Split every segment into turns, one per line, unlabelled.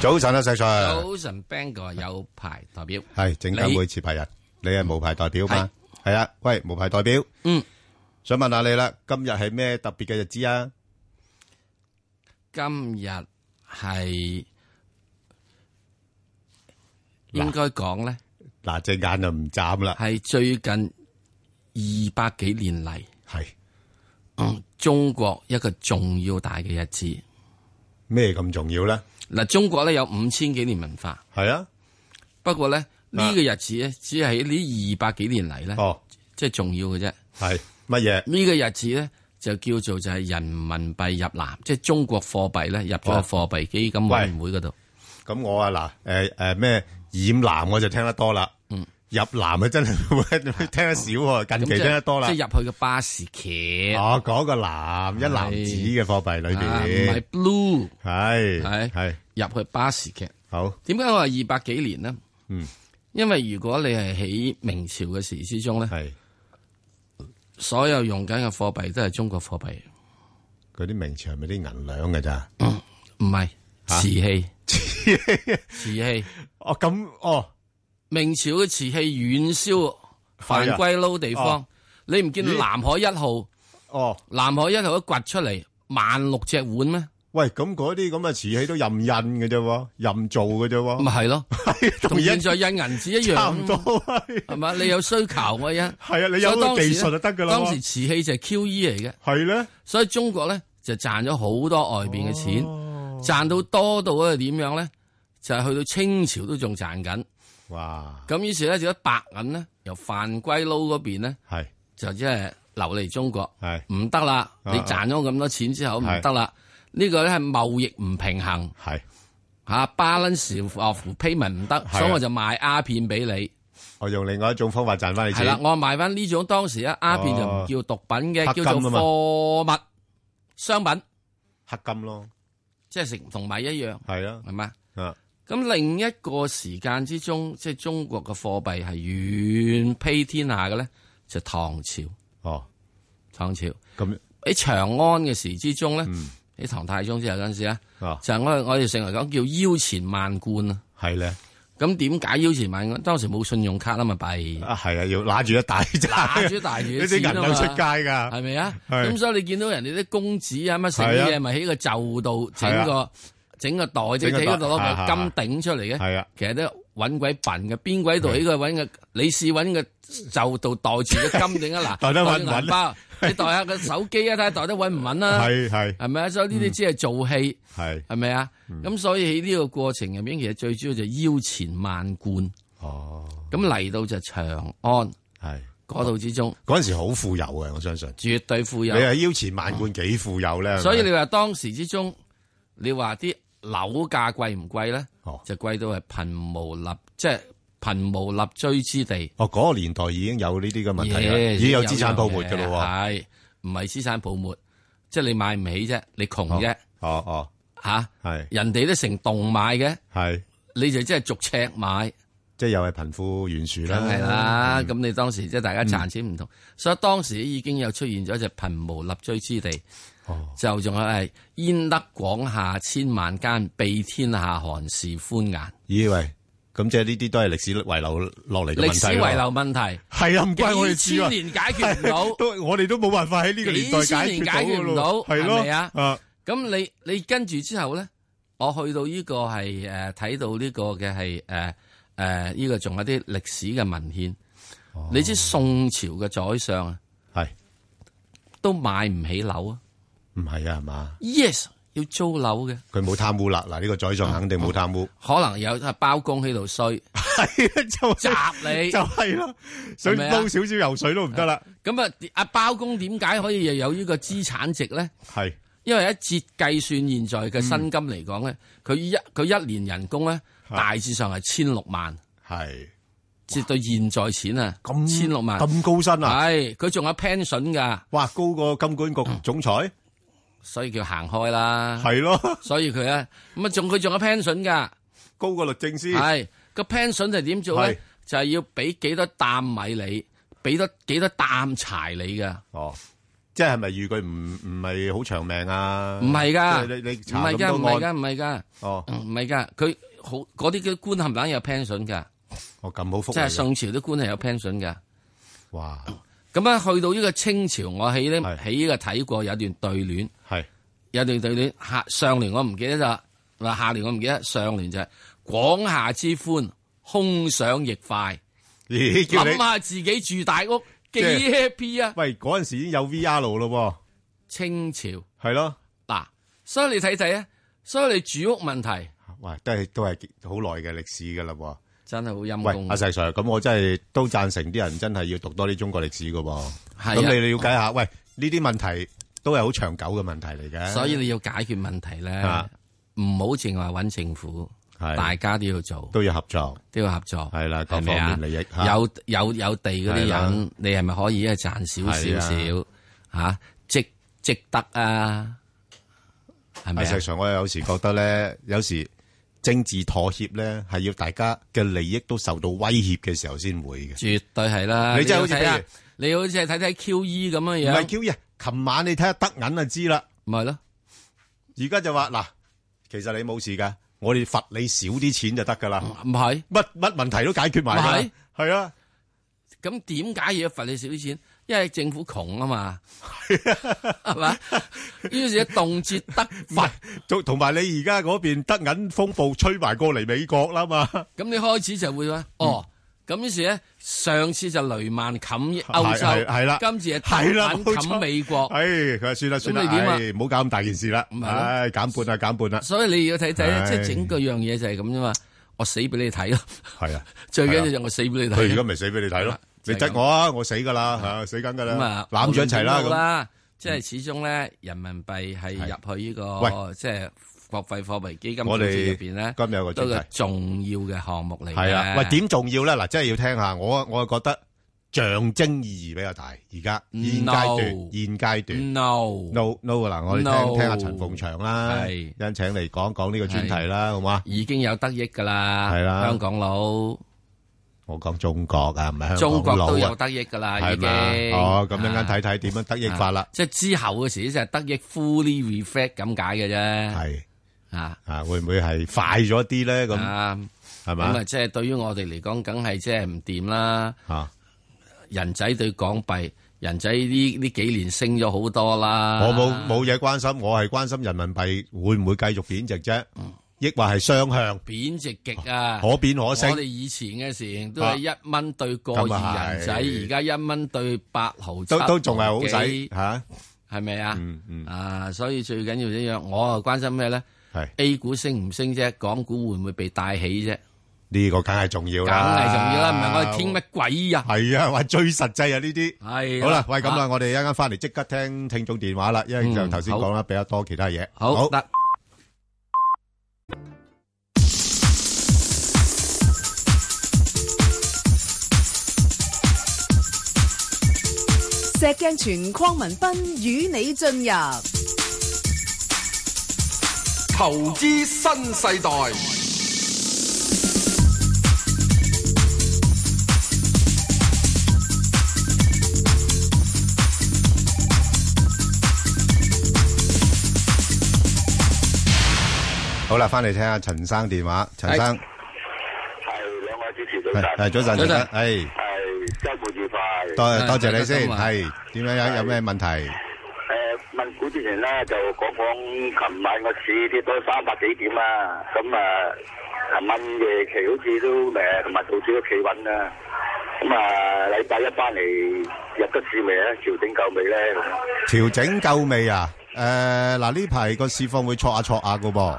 早晨啊，石Sir。
早晨，Bang 哥有牌代表，
係，證監會持牌人，你係無牌代表嘛？係啦，喂，無牌代表，想問下你啦，今日係咩特別嘅日子啊？
今日係應該講咧，
嗱，隻眼就唔眨啦，
係最近二百幾年嚟，
係，咩咁重要？
嗯中國一個重要大嘅日子。嗱，中國咧有五千幾年文化，不過咧
啊
呢個日子咧，只係呢二百幾年嚟咧，
哦
即係重要嘅啫。
係啊，哦，係，乜嘢？
呢個日子咧就叫做就係人民幣入籃，即係中國貨幣咧入咗
哦
貨幣基金委員會嗰度。
咁我啊嗱，誒誒咩染藍我就聽得多啦，
嗯
入藍啊真係 聽得少喎，近期聽得多啦
咁即。係即係入去嘅巴士騎，啊
哦，嗰個藍一藍子嘅貨幣裏
唔係
邊，
blue
係
係
係
入去巴士騎。
好
點解我話二百幾年呢？
嗯，
因為如果你係喺明朝嘅時之中咧，
係
所有用緊嘅貨幣都係中國貨幣，
嗰啲名場咪啲銀兩㗎咋？
唔係
嚇
瓷器。瓷器，
哦咁哦
明朝嘅瓷器遠銷番
係啊
鬼佬地方
哦，
你唔見
咦
南海一號？
哦，
南海一頭一掘出嚟萬六隻碗咩？
喂咁嗰啲咁嘅瓷器都任印嘅啫喎，任做嘅啫
咪
喎，
係 咯，同
而家
現在印銀紙嗯一樣，啊
哦差唔多係
係嘛？你有需求我啊，
係啊，你有
所以
個
當時
技
呢
術就得㗎啦
當時
喎，
瓷器就係 QE 嚟嘅，
係咧，
所以中國咧就賺咗好多外邊嘅錢，
哦
賺到多到咧點樣咧？就係去到清朝都仲賺緊，
哇
咁於是咧就啲白銀咧由犯歸佬嗰邊咧
係
就即係流嚟中國，
係
唔得啦！
啊
你賺咗咁多錢之後唔
係
得啦，呢個咧係貿易唔平衡。
係
吓 balance of payment 唔得，
啊
所以我就賣鴉片俾你。
我用另外一種方法賺翻你
係
錢
啦，。我賣翻呢種當時咧鴉片就唔叫毒品嘅，
黑金
叫
啊
做
嘛
貨物商品，
黑金咯，
即係食同米一樣，
系啊，
係咪？
啊
咁另一個時間之中，即係中國嘅貨幣係遠披天下嘅咧，就唐朝。
哦，
唐朝
咁
喺長安嘅時之中咧，
嗯
喺唐太宗之後嗰陣時咧，
啊，
就係我哋我哋成日講叫腰纏萬貫啊。
系咧，
咁點解腰纏萬貫？當時冇信用卡啊嘛，弊。
啊系啊，要揦住一大
打
揸，
住大
你
嘢
啲
先
銀
啊
兩出街
嘛，
噶，
係咪啊？
係
咁所以你見到人哋啲公子啊乜成啲
係啊
嘢，咪喺個袖度整
係啊
個整個袋，即
整個
係
袋
喺嗰度
係係
攞個金頂出嚟嘅。
係啊，
其實都揾鬼笨嘅，邊鬼度喺個揾個你試揾個袖度袋住個金頂啊嗱，
袋得
住
穩唔穩
銀包，你袋下個手機啊，睇下袋得穩唔穩啦，
係嗯係
係咪啊？所以呢啲只係做戲，
係，
係咪啊？
嗯
咁所以喺呢個過程入邊，其實最主要就腰纏萬貫，
哦，
咁嚟到就長安
係
嗰度之中，
嗰阵时好富有嘅，我相信，
絕對富
你
有。
係腰纏萬貫幾富有咧，
所以
係咪
你話當時之中，你話啲樓價貴唔貴咧？
哦
就貴到係貧無立，即係貧無立錐之地。
哦嗰個年代已經有呢啲嘅問題啦，
耶
已經有資產泡沫噶
有
咯
樣
喎，
嘢係唔係資產泡沫？即係你買唔起啫，你窮啫
哦哦，
吓，
係
人哋都成棟買嘅，
係，
你就即係逐尺買，
即係又係貧富懸殊啦，
梗係啦。
嗯
咁你當時即係大家賺錢唔同，所以當時已經有出現咗一隻貧無立錐之地。
哦，
就仲係焉得廣廈千萬間，避天下寒士歡顏。
咦喂，咁即係呢啲都係歷史遺留落嚟嘅
歷
問
史
題喎，
遺留問題，
係啊，唔關我哋
幾
事啊
千。年解決唔到。
都我哋都冇辦法喺呢個年代
幾
解決到㗎咯
千年解決唔到
係咯
係咪啊
啊
咁你你跟住之後咧，我去到呢個係誒睇到呢個嘅係誒誒呢個仲有啲歷史嘅文獻。
哦
你知宋朝嘅宰相啊，
係
都買唔起樓啊
唔係啊？係嘛？
？Yes，要租樓嘅，
佢冇貪污啦，嗱呢個宰相肯定冇貪污，
可能有包公喺度衰，
係啊 就
襲你。
就係啦，想
係咪啊
撈少少油水都唔得啦，
咁啊，阿包公點解可以又有呢個資產值咧？
係
因為一折計算現在嘅薪金嚟講咧，佢一佢一年人工咧
嚇
大致上係千六萬，
係
折到現在錢啊，
咁
千六萬，
咁高薪啊！
係佢仲有 pension 噶，
哇，高過金管局總裁
所以叫行開啦。
係咯，
所以佢咧咁啊，仲佢仲有 pension 噶，
高過律政司
係個 pension 就點做
係
咧？就係要俾幾多擔米你，俾多幾多擔柴你噶，
哦，即係咪預佢唔唔係好長命啊？
唔係噶，
即係你你
唔
查
係
咁
噶，
多
唔係
案
噶，唔係噶。
哦，
唔係㗎，佢好嗰啲嘅官冚唪唥有 pension 㗎，
我咁好福
即
利
係
嘅
宋朝啲官係有 pension 㗎。
哇，
咁啊，去到呢個清朝，我喺呢
係
喺呢個睇過有段對聯，
係
有段對聯下上聯我唔記得咗啦，嗱下聯我唔記得，上聯就係、廣廈之寬，空想亦快，
咦叫你
諗下自己住大屋幾
即係
happy 啊！
喂嗰陣時已經有 V R 咯
清朝
喎，係咯，
嗱，所以你睇睇啊，所以你住屋問題
哇都係都係好耐嘅歷史㗎啦喎。
真係好陰
喂，
公
阿
啊，
石 Sir，咁我真係都贊成啲人真係要讀多啲中國歷史㗎喎。
係
咁
啊
你了解下，喂呢啲問題都係好長久嘅問題嚟嘅。
所以你要解決問題咧
啊，
唔好淨話揾政府，
係
大家都要做，
都要合作，
都要合作，
係啦
係咪啊
各方面利益嚇
有有有地嗰啲
係啦
人，你係咪可以啊賺少
係啊
少少吓，積積得啊？係咪
阿
啊
石？Sir，我有時覺得咧，有時政治妥協咧係要大家嘅利益都受到威脅嘅時候先會嘅。
絕對係啦！
你真係好似
要睇下
譬如
你好似係睇睇 QE 咁樣
唔係
樣，
Q 嘢，琴晚你睇下德銀就知啦。
咪係咯？
而家就話嗱，其實你冇事噶，我哋罰你少啲錢就得噶啦，
唔係
乜乜問題都解決埋㗎啦。係啊，
咁點解要罰你少啲錢？因為政府窮啊 嘛，係嘛？於是動輒得
唔
罰
係，同同埋你而家嗰邊德銀風暴吹埋過嚟美國啦嘛，
咁你開始就會話哦，咁於是咧，上次就雷曼冚歐洲，
係係係啦
今次係
係啦
德文
冇錯
冚美國，
唉，佢話算啦算啦，
你點啊
唉，唔好搞咁大件事啦，
唔係咯
唉，減半啦減半啦，
所以你要睇睇咧，
係
即係整個樣嘢就係咁啫嘛。我死俾你睇咯，
係啊，
最緊
係
要
啊
就我死俾你
佢而家
睇。
咪死俾你睇
係
咯
啊，
你
就係咁
窒我啊，我死噶啦吓，死緊噶
咁
啦
啊，，
攬住一齊啦
無論點都好
咁，
啦，即係始終咧，人民幣係入去呢個
喂
即係國際貨幣基金
我
組
哋
織入邊咧，
今日有個主
都
題
係重要嘅項目嚟嘅。
係啊，喂，點重要咧？嗱，真係要聽下，我我覺得象徵意義比較大，而家現
No
階段現階段。
？No，
no no 㗎啦，我哋
No
聽聽下陳鳳祥啦，
係
欣請嚟講講呢個專題啦，好嘛？
已經有得益㗎啦，
係啦
香港佬。
我講中國啊，唔係香
中國
港佬
都有
啊，
得益噶啦，已經
係嘛。？哦，咁一陣間睇睇點樣得益法啦
啊。即係之後嘅時就係得益 fully reflect 咁解嘅啫。
係
啊
啊，會唔會係快咗啲咧？咁
啊，
係
咁
嘛
啊，？即係對於我哋嚟講，梗係即係唔掂啦。
啊，
人仔對港幣，人仔呢呢幾年升咗好多啦。
我冇冇嘢關心，我係關心人民幣會唔會繼續貶值啫，抑或係雙向
貶值極啊！
可貶可
我
升
哋，以前嘅時都係一蚊對個二人仔，
咁啊係
而家一蚊對八毫七
都都仲係好
毫
使
幾，
吓。
係咪啊？
嗯嗯，
啊，所以最緊要一樣，我啊關心咩咧？
係
A 股升唔升啫，港股會唔會被帶起啫？
呢個梗係重要
梗
啦，
係重要啦，唔係我哋傾乜鬼呀？
係啊，話最實際啊呢啲。
係
好啦，喂，咁啦，
啊
我哋一間翻嚟即刻聽聽眾電話啦，因為就
嗯
頭先
好
講啦，比較多其他嘢。
好得
石鏡泉匡文斌與你進入
投資新世代，
好啦，翻嚟聽下陳生電話。陳生，
系兩位主持早
係係
晨，
早
早
晨，
晨
陳生，係
係周末愉快。
多
係
多謝你
大家
先，
都話
係點樣有有咩問題？
誒問股之前咧，就講講琴晚個市跌到三百幾點啊，咁啊，琴晚夜期好似都誒，同埋道指都企穩啦。咁啊，禮拜一翻嚟入得市未咧？調整夠未咧？
調整夠未啊？誒，嗱呢排個市況會挫下挫下噶噃。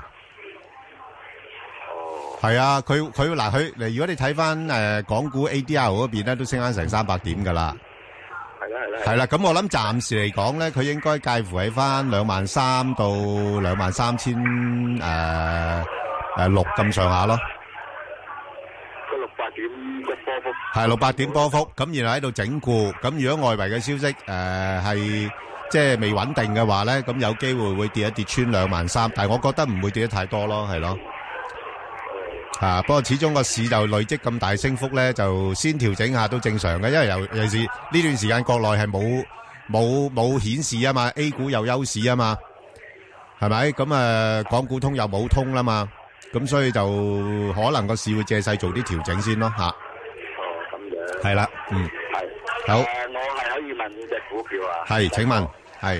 係啊，佢佢嗱佢，如果你睇翻誒港股 ADR 嗰邊咧，都升翻成三百點噶啦。
係啦，係啦，
係啦，咁我諗暫時嚟講咧，佢應該介乎喺翻兩萬三到兩萬三千诶诶六咁上下咯，
個六八點一波幅，
係六百點波幅，咁然後喺度整固，咁如果外圍嘅消息诶係即係未穩定嘅話咧，咁有機會會跌一跌穿兩萬三，但系我覺得唔會跌得太多咯，係咯。啊，不過始終個市就累積咁大升幅咧，就先調整下都正常嘅，因為尤尤其是呢段時間國內係冇冇冇顯示啊嘛，A 股有優市啊嘛，係咪？咁啊，港股通又冇通啦嘛，咁所以就可能個市會借勢做啲調整先咯，吓、
哦咁樣，
係啦，嗯，
係。
好
誒我係可以問只股票啊？
係，請問係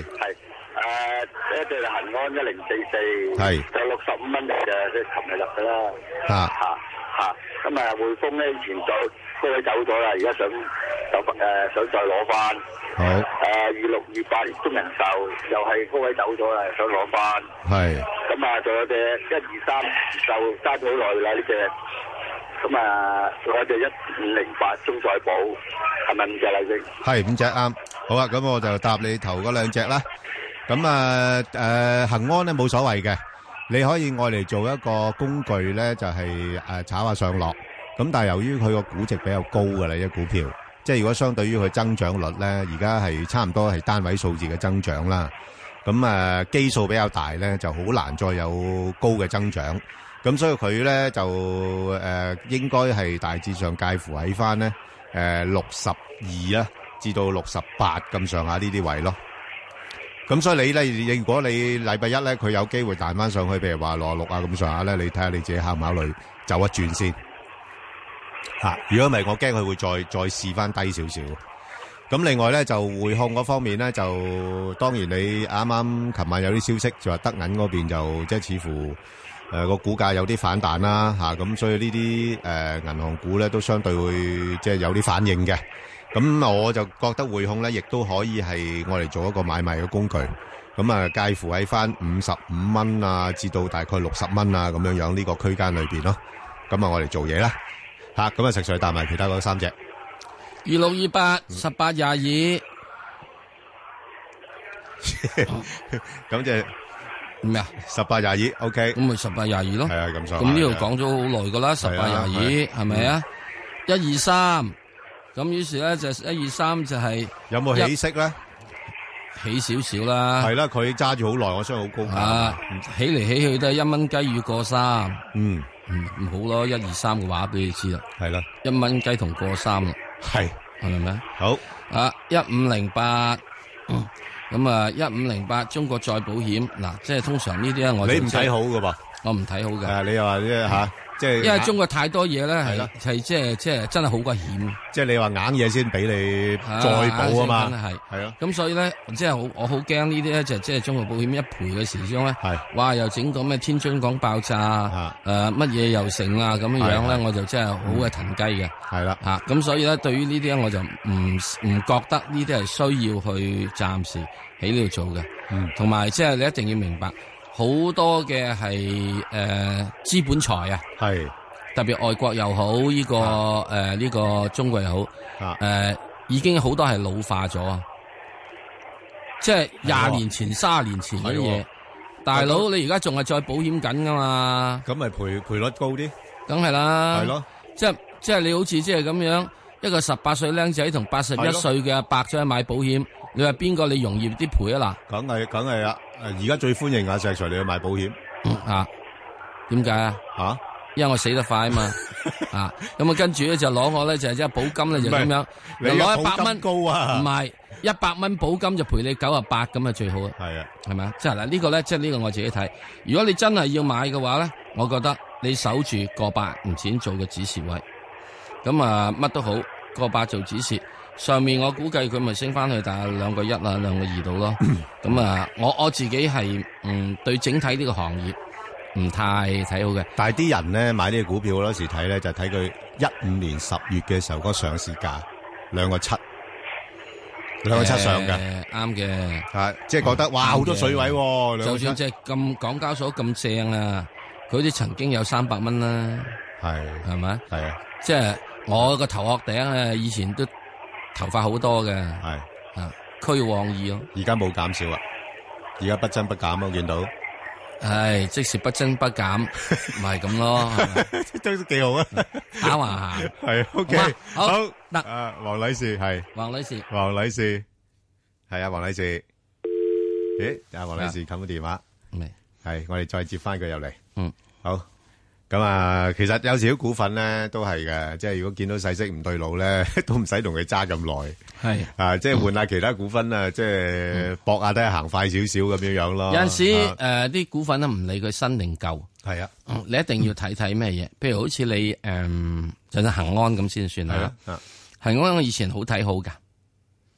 係誒一隻恒安一零四四，
係
就六十五蚊嚟嘅，即係琴日入嘅啦。
啊
嚇嚇，咁啊匯豐咧以前就高位走咗啦，而家想就誒想再攞翻。
好
誒二六二八中人壽又係高位走咗啦，想攞翻。
係
咁啊，仲有隻一二三就揸咗好耐啦呢隻。咁啊，仲有隻一五零八中再保，係咪五隻麗晶？
係五隻啱，好啊，咁我就答你頭嗰兩隻啦。咁啊誒恒安咧冇所謂嘅，你可以愛嚟做一個工具咧，就係、誒炒下上落。咁但係由於佢個估值比較高㗎啦，只股票，即係如果相對於佢增長率咧，而家係差唔多係單位數字嘅增長啦。咁啊基數比較大咧，就好難再有高嘅增長。咁所以佢咧就誒、呃、應該係大致上介乎喺翻咧誒呃六十二啊，至到六十八咁上下呢啲位咯。咁所以你咧，如果你禮拜一咧，佢有機會彈翻上去，譬如話落六啊咁上下咧，你睇下你自己考唔考慮走一轉先嚇、如果唔係，我驚佢會再再試翻低少少。咁另外咧就匯控嗰方面咧，就當然你啱啱琴晚有啲消息就話德銀嗰邊就即係似乎呃誒個、股價有啲反彈啦嚇，咁、所以呢啲誒銀行股咧都相對會即係有啲反應嘅。咁我就覺得匯控咧，亦都可以係我嚟做一個買賣嘅工具。咁啊，介乎喺翻五十五蚊啊，至到大概六十蚊啊，咁樣樣呢個區間裏邊咯。咁啊，我嚟做嘢啦。吓，咁啊，食水搭埋其他嗰三隻。
二六二八十八廿二
咁就
咩啊？
十八廿二，OK，
咁咪十八廿二咯。
係啊咁上下
嗯咁呢度講咗好耐噶啦，十八廿
啊係嗯
二係咪啊？一二三，咁於是咧就一二三就係
有冇起色咧？
起少少啦。
係啦，佢揸住好耐，我相信好高價
啊。，起嚟起去都係一蚊雞與過三，
嗯，
嗯唔好咯，一二三嘅話俾你知啦，
係啦，
一蚊雞同過三啦，
係
係咪啊？
好，
啊，一五零八，嗯咁啊，一五零八中國再保險嗱，即係通常呢啲咧，我就
你唔
真係
睇，好噶噃？
我唔睇好嘅，
啊，你又話即係吓，即係
因為中國太多嘢咧，
係啦
係係即係即係真係好鬼險，
即係你話硬嘢先俾你再補啊嘛，
係
係咯，
咁所以咧，即係好我好驚呢啲咧，就即係中國保險一賠嘅時鐘咧，
係
哇又整個咩天津港爆炸
啊
啊，誒乜嘢又成啊咁樣樣
係係
咧，我就真係好嘅騰雞嘅。
係啦，
啊，咁所以咧，對於呢啲咧，我就唔唔覺得呢啲係需要去暫時喺呢度做嘅。
嗯
同埋即係你一定要明白，好多嘅係誒資本財啊，
係
特別外國又好，呢、個誒呢個中國又好，誒、呃
啊，
已經好多係老化咗啊！即係
係
廿
喎
年前、卅年前嗰啲
係
嘢
喎，
大佬你而家仲係再保險緊噶嘛？
咁咪賠賠率高啲，
梗係啦，
係咯，
即係即系你好似即係咁樣，一個十八歲僆仔同八十
係
一
咯
歲嘅阿伯走去買保險，你話邊個你容易啲賠啊
梗係梗係啊！誒而家最歡迎啊，石 Sir 你去買保險
嗱？啊，點解啊？
吓，
因為我死得快啊 嘛，啊，咁啊跟住咧就攞我咧就係即係保金咧就咁樣，
你
又攞一
嘅
百
保金
蚊，
高啊
唔係一百蚊保金就賠你九啊八咁啊最好啊，
係啊，
係咪啊？即係嗱呢個咧，即係呢個我自己睇。如果你真係要買嘅話咧，我覺得你守住個八唔錢做個指示位，咁啊乜都好，個八做指示。上面我估計佢咪升翻去大概兩個一啦，兩個二度 咯。咁啊，我我自己係嗯對整體呢個行業唔太睇好嘅。
但係啲人咧買呢個股票嗰時睇咧就睇佢一五年十月嘅時候嗰個上市價兩個七，兩個七上嘅，
誒啱嘅。
係即係覺得哇好多水位喎，兩
就
個
算
七
即係咁港交所咁正啊，佢都曾經有三百蚊啦，
係
係咪？
係啊
即係我個頭殼頂啊，以前都頭髮好多嘅，
係
啊，區旺二咯。
而家冇減少啊，而家不增不減啊，我見到
唉，即是不增不減，咪係咁咯，係咪
都幾好啊，
打橫行。
係 OK，
好
好
得
啊，黃女士係
黃女士，
黃女士係啊，黃女士，咦，阿黃女士冚個電話。
咪
系，我哋再接翻佢入嚟。
嗯，
好。咁啊，其實有時啲股份咧都係嘅，即係如果見到細息唔對路 咧，都唔使同佢揸咁耐。
係
啊，即係換下其他股份啊，即係搏下睇下行快少少咁樣樣咯。
有陣時
啊
誒啲股份咧唔理佢新定舊，
係啊，
嗯你一定要睇睇咩嘢。譬如好似你誒，就算恒安咁先算
係
啦
啊。，啊
恒安我以前好睇好噶，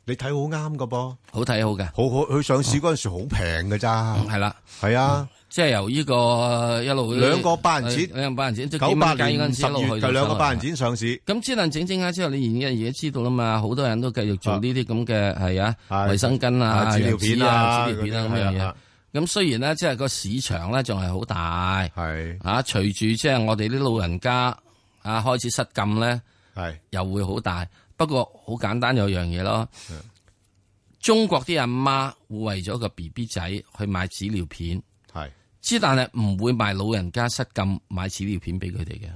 你睇好啱噶噃，
好睇好噶，
好好佢上市嗰陣時好平㗎咋，
係啦。
係啊，
即係由呢個一路
兩個百分點
兩個百分點，即係
九
幾
八
蚊雞嗰
年
陣時
十
一路
月
去
就
到
兩個
上
百
嚟
分點上市，
咁只能整整下之後，你而家而家知道啦嘛，好多人都繼續做呢啲咁嘅係啊，
啊
衛生巾啊、
紙尿片
藥紙
啊
紙尿片啊
嗰啲
咁
係
樣
啊
嘢。咁雖然咧，即係個市場咧仲係好大
係
啊，隨住即係我哋啲老人家啊開始失禁咧，
係
又會好大。不過好簡單有樣嘢咯，中國啲阿媽會為咗個 B B 仔去買紙尿片，
係，
之但係唔會賣老人家失禁買紙尿片俾佢哋嘅，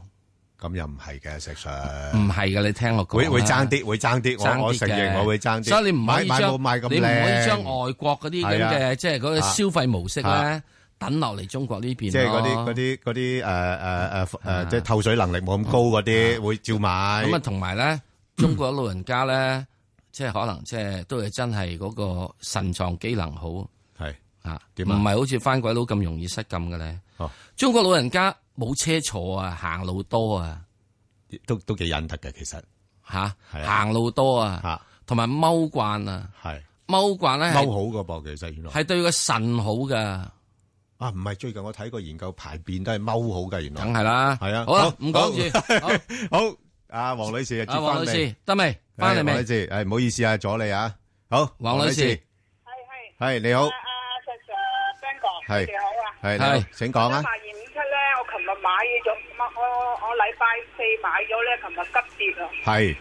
咁又唔係嘅，石 Sir。
唔係嘅，你聽我講啊
會
啦
會爭啲，會爭啲，
爭
我我
啲
承認
嘅，
我會爭啲。
所以你唔可
買
以
買
將
冇買咁
你唔可以
靚
將外國嗰啲咁
係
嘅即係嗰個
啊
消費模式咧
啊，
等落嚟中國呢邊咯，
即係嗰啲嗰啲嗰啲誒誒誒誒，即係透水能力冇咁高嗰啲，會照買。
咁
咁
啊，同埋咧，中國老人家咧，即係可能即係都係真係嗰個腎臟機能好
係
啊，唔
點啊
係好似翻鬼佬咁容易失禁嘅咧
哦。
中國老人家冇車坐啊，行路多啊，
都都幾忍得嘅，其實
吓
係啊
行路多啊，
嚇
同埋踎慣啊，
係
踎慣咧
踎
係
好個噃，其實原來
係對個腎好噶。
啊，唔係最近我睇過研究排便都係踎好嘅，原來
梗係啦，
係啊
好啦
好，
唔講住，好，
好。阿黃女士啊，接
阿黃
翻
女
嚟
士，得未？翻嚟
係黃女
未？
士，誒唔好意思啊，阻你啊。好，
黃女士
係
係你好
係，，阿 Sir Sir Ben 哥，
係
你哋好啊！
係你好
係，
請講啊
八。二五七咧，我琴日買咗，我我禮拜四買咗咧，琴日急跌啊！
係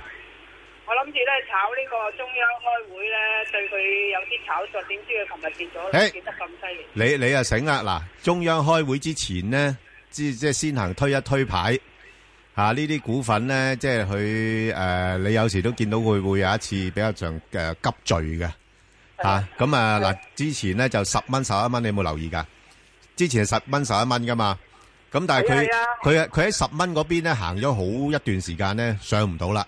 我諗住咧炒呢個中央開會咧，對佢有啲炒作，點知佢琴日跌
嘿
咗，跌得咁犀利。
你你啊醒啦！嗱，中央開會之前呢，即即係先行推一推牌嚇，呢、啲股份呢，即係佢誒，你有時都見到佢會有一次比較上誒、呃急聚嘅嚇。咁啊嗱，之前呢就十蚊十一蚊，你有冇留意㗎？之前係十蚊十一蚊噶嘛，咁但係佢
係啊
佢佢喺十蚊嗰邊咧行咗好一段時間呢，上唔到啦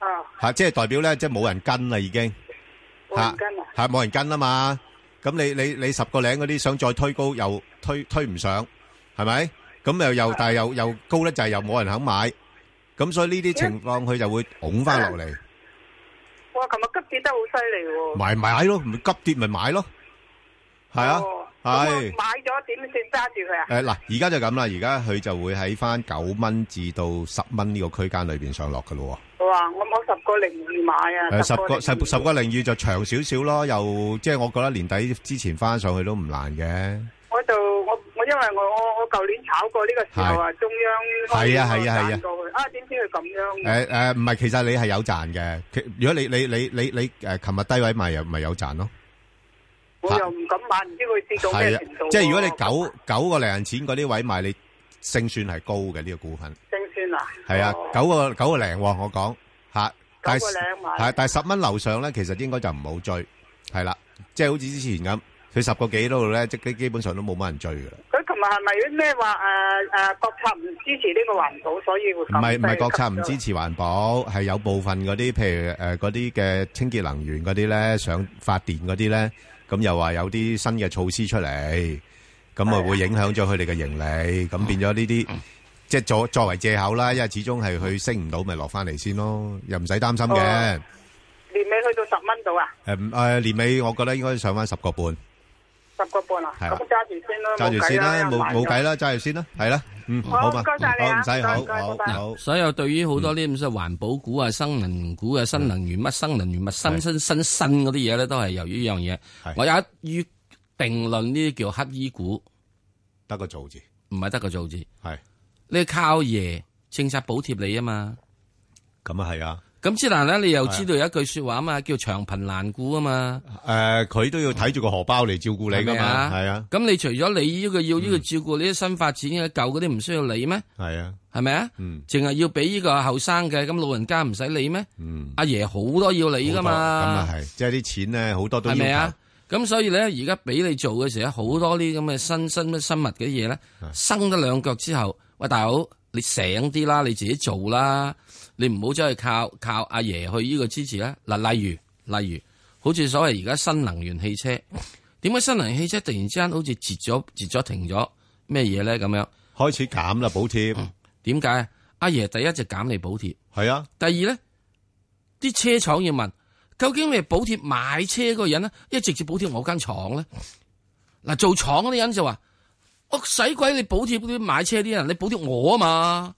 啊，
嚇，即係代表呢，即係冇人跟啦已經。
冇人跟啊！
吓冇人跟啊嘛，咁你你你十個零嗰啲想再推高又推推唔上，係咪？咁又又但係又又高得滯，又冇人肯買，咁所以呢啲情況佢就會拱翻落嚟，
哇，琴日急跌得好犀利喎！
買買咯，唔急跌咪買咯，係啊，
哦咁
係。
我買咗點先揸住佢啊？
誒嗱，而家就咁啦，而家佢就會喺翻九蚊至到十蚊呢個區間裏邊上落嘅咯
哇！我我十個零二買啊
喎。誒，，十個
零
十十個零二就長少少咯，又即係我覺得年底之前翻上去都唔難嘅。
我就我我因為我我我舊年炒過呢個時候啊，中央
係啊係啊係啊
彈過去啊，點知佢咁樣？
诶诶，唔係，其實你係有賺嘅。其如果你你你你你诶，琴日低位賣又咪有賺咯。
我又唔敢買，唔知佢跌到
係
咩
啊
程度喎。，
即係如果你九九个零錢嗰啲位賣，你勝算係高嘅呢個股份。
正算啊，
係啊
哦，
九個九个零喎，我講吓，但
九個
係
零啊買
係但系十蚊樓上咧，其實應該就唔好追，係啦。即係好似之前咁，佢十個幾嗰度咧，即基基本上都冇乜人追噶啦。
佢琴日係咪咩話誒誒國策唔支持呢個環保，所以會
唔係唔係國策唔支
持。
持環保，係有部分嗰啲，譬如誒嗰啲嘅清潔能源嗰啲咧，想發電嗰啲咧，咁又話有啲新嘅措施出嚟，咁啊會影響咗佢哋嘅盈利，咁變咗呢啲即係作作為藉口啦，因為始終係佢升唔到，咪落翻嚟先咯，又唔使擔心嘅
哦。年尾去到十蚊度啊，
誒唔誒年尾，我覺得應該上翻十個半，
十個半啊，
係
咁
啦
揸住先啦，
揸住先啦，冇冇計
啦。
啦，揸住先啦，係啦，嗯，
好
好嘛，
唔該晒你
好
啊
唔
唔
使，
該
好
唔該
好好。
所有對於好多呢啲咁嘅環保股啊、新能源股啊、新能源乜、新能源乜、新新新新嗰啲嘢咧，都係由於呢樣嘢。
係
我有一於定論呢啲叫乞衣股，
得個做字，
唔係得個做字。
係
你靠爺政策補貼你啊嘛，
咁啊係啊，
咁之但咧，你又知道有一句说話啊嘛，叫長貧難顧啊嘛，係咪
誒，佢都要睇住個荷包嚟照顧你㗎嘛，
啊？咁你除咗你呢個要呢個照顧呢啲新發展嘅舊嗰啲唔需要理咩？
係啊，係啊，嗯，
係咪啊？淨係要俾呢個後生嘅，咁老人家唔使理咩？
嗯，
阿爺好多要理噶嘛，
好多，咁啊係，即係啲錢呢，好多都要
係咪啊
求。？
咁所以咧，而家俾你做嘅時候，好多呢啲咁嘅新新生物嘅嘢咧，
啊
生咗兩腳之後，喂大佬，你醒啲啦，你自己做啦，你唔好走去靠靠阿爺去呢個支持啦。嗱，例如例如，好似所謂而家新能源汽車，點解新能源汽車突然之間好似截咗截咗停咗咩嘢咧？咁樣
開始減啦，補貼。
點解啊？阿爺第一就減你補貼。
係啊，
第二咧，啲車廠要問，究竟你係補貼買車嗰個人咧，一直接補貼我間廠咧？嗱，做廠嗰啲人就話：我使鬼你補貼啲買車啲人，你補貼我啊嘛，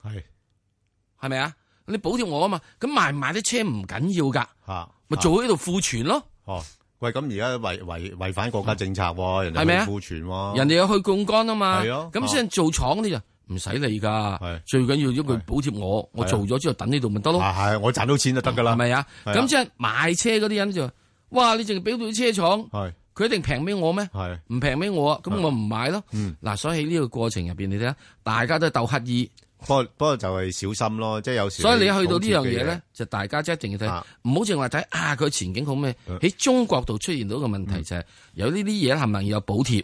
係咪啊？你補貼我啊嘛，咁賣唔賣啲車唔緊要噶，
係，嚇，
咪做喺度庫存咯。
嚇。哦，喂，咁而家違-違-違反國家政策喎，人哋
係咪啊？
去庫存喎。
人哋有去槓桿啊嘛，
係啊
咁先做廠啲就唔使理噶
係，啊
最緊要一佢補貼我，我做咗之後等呢度咪得咯。
啊，係，我賺到錢就得㗎啦。
係咪啊？
係啊
咁即係買車嗰啲人就話：哇！你淨係俾到啲車廠，佢一定平俾我咩？
係，係，係，
唔平俾我啊，咁我唔買咯。
嗯
嗱，所以喺呢個過程入邊，你睇下，大家都係鬥乞意，
不過-不過就係小心咯，即係有時
所以你
你
去到呢樣
補貼嘅嘢，
嘢咧，就大家即係一定要睇，
啊
唔好淨話睇啊佢前景好咩。
嗯
喺中國度出現到個問題就係有呢啲嘢係咪要有補貼？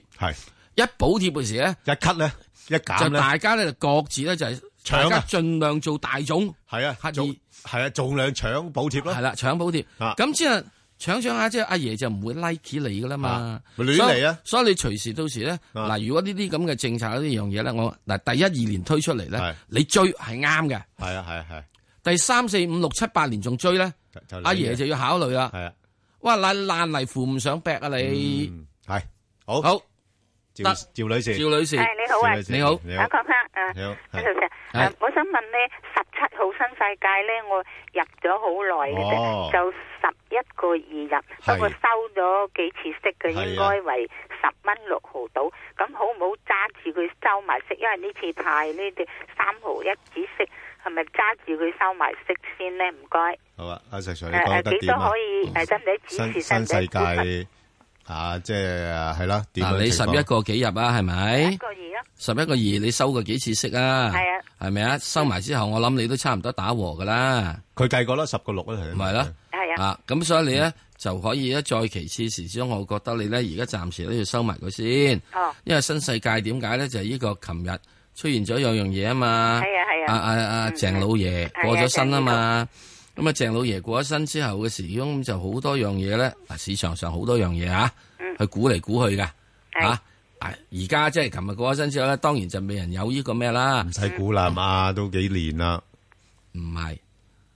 一補貼嘅時咧，
係，一咳呢，一減
就
呢，
大家咧就各自咧就係
搶
大
啊
家盡量做大種，
係啊，
刻意。
做-係啊，做量搶補貼咯。
係啦，搶補貼。
啊
咁之後搶搶下之後，阿爺就唔會 like 你噶啦嘛
啊，咪亂嚟啊
所以！所以你隨時到時咧，
啊
嗱，如果呢啲咁嘅政策呢樣嘢咧，我嗱第一二年推出嚟咧
係，
你追係啱嘅。
係啊，係啊，係。
第三四五六七八年仲追咧，
就-就
阿
你
爺
嘅。
就要考慮啦。
係啊，
哇，爛爛泥扶唔上壁啊你！
嗯，係。好，
好，
趙-
得。
趙女士。
趙女士，
诶，你好啊，
趙女士，
你好。
你好。
阿邝生，诶，
你好，
阿
係。
石 Sir，
係
誒我想問咧，十七號新世界咧，我入咗好耐嘅
哦
啫，就十一個二入，
係
不過收咗幾次息嘅，
係啊
應該為十蚊六毫到。咁好唔好揸住佢收埋息？因為呢次派呢啲三毫一指息，係咪揸住佢收埋息先咧？唔該，
好啊，阿石Sir，你
誒
講
誒，
得
幾多
點啊？
可以誒？使唔使指
新-
示？使唔使
新世界，啊，即係，啊，係啦，點樣
嗱，你十
情況？
一個幾入啊？係咪
一？個二咯？
十一個二，你收過幾次息啊？
係啊，
係咪啊？收埋之後，我諗你都差唔多打和噶啦。
佢計過啦，10.6啦，係。
咪係咯。
係啊，
啊，咁所以你咧就可以咧再其次時之中，我覺得你咧而家暫時都要收埋佢先，
哦，
因為新世界點解咧就係呢個琴日出現咗有樣嘢啊嘛，
係啊，係
啊
啊，
啊啊
嗯
鄭老爺
係啊
過咗身啊嘛，咁啊鄭老爺過咗身之後嘅時鐘咁就好多樣嘢咧，嗱市場上好多樣嘢啊，
嗯
去估嚟估去噶，
係
啊啊而家即係琴日過咗身之後咧，當然就未人有呢個咩啦，
唔使估啦，係嘛，都幾年啦，嚇，
唔係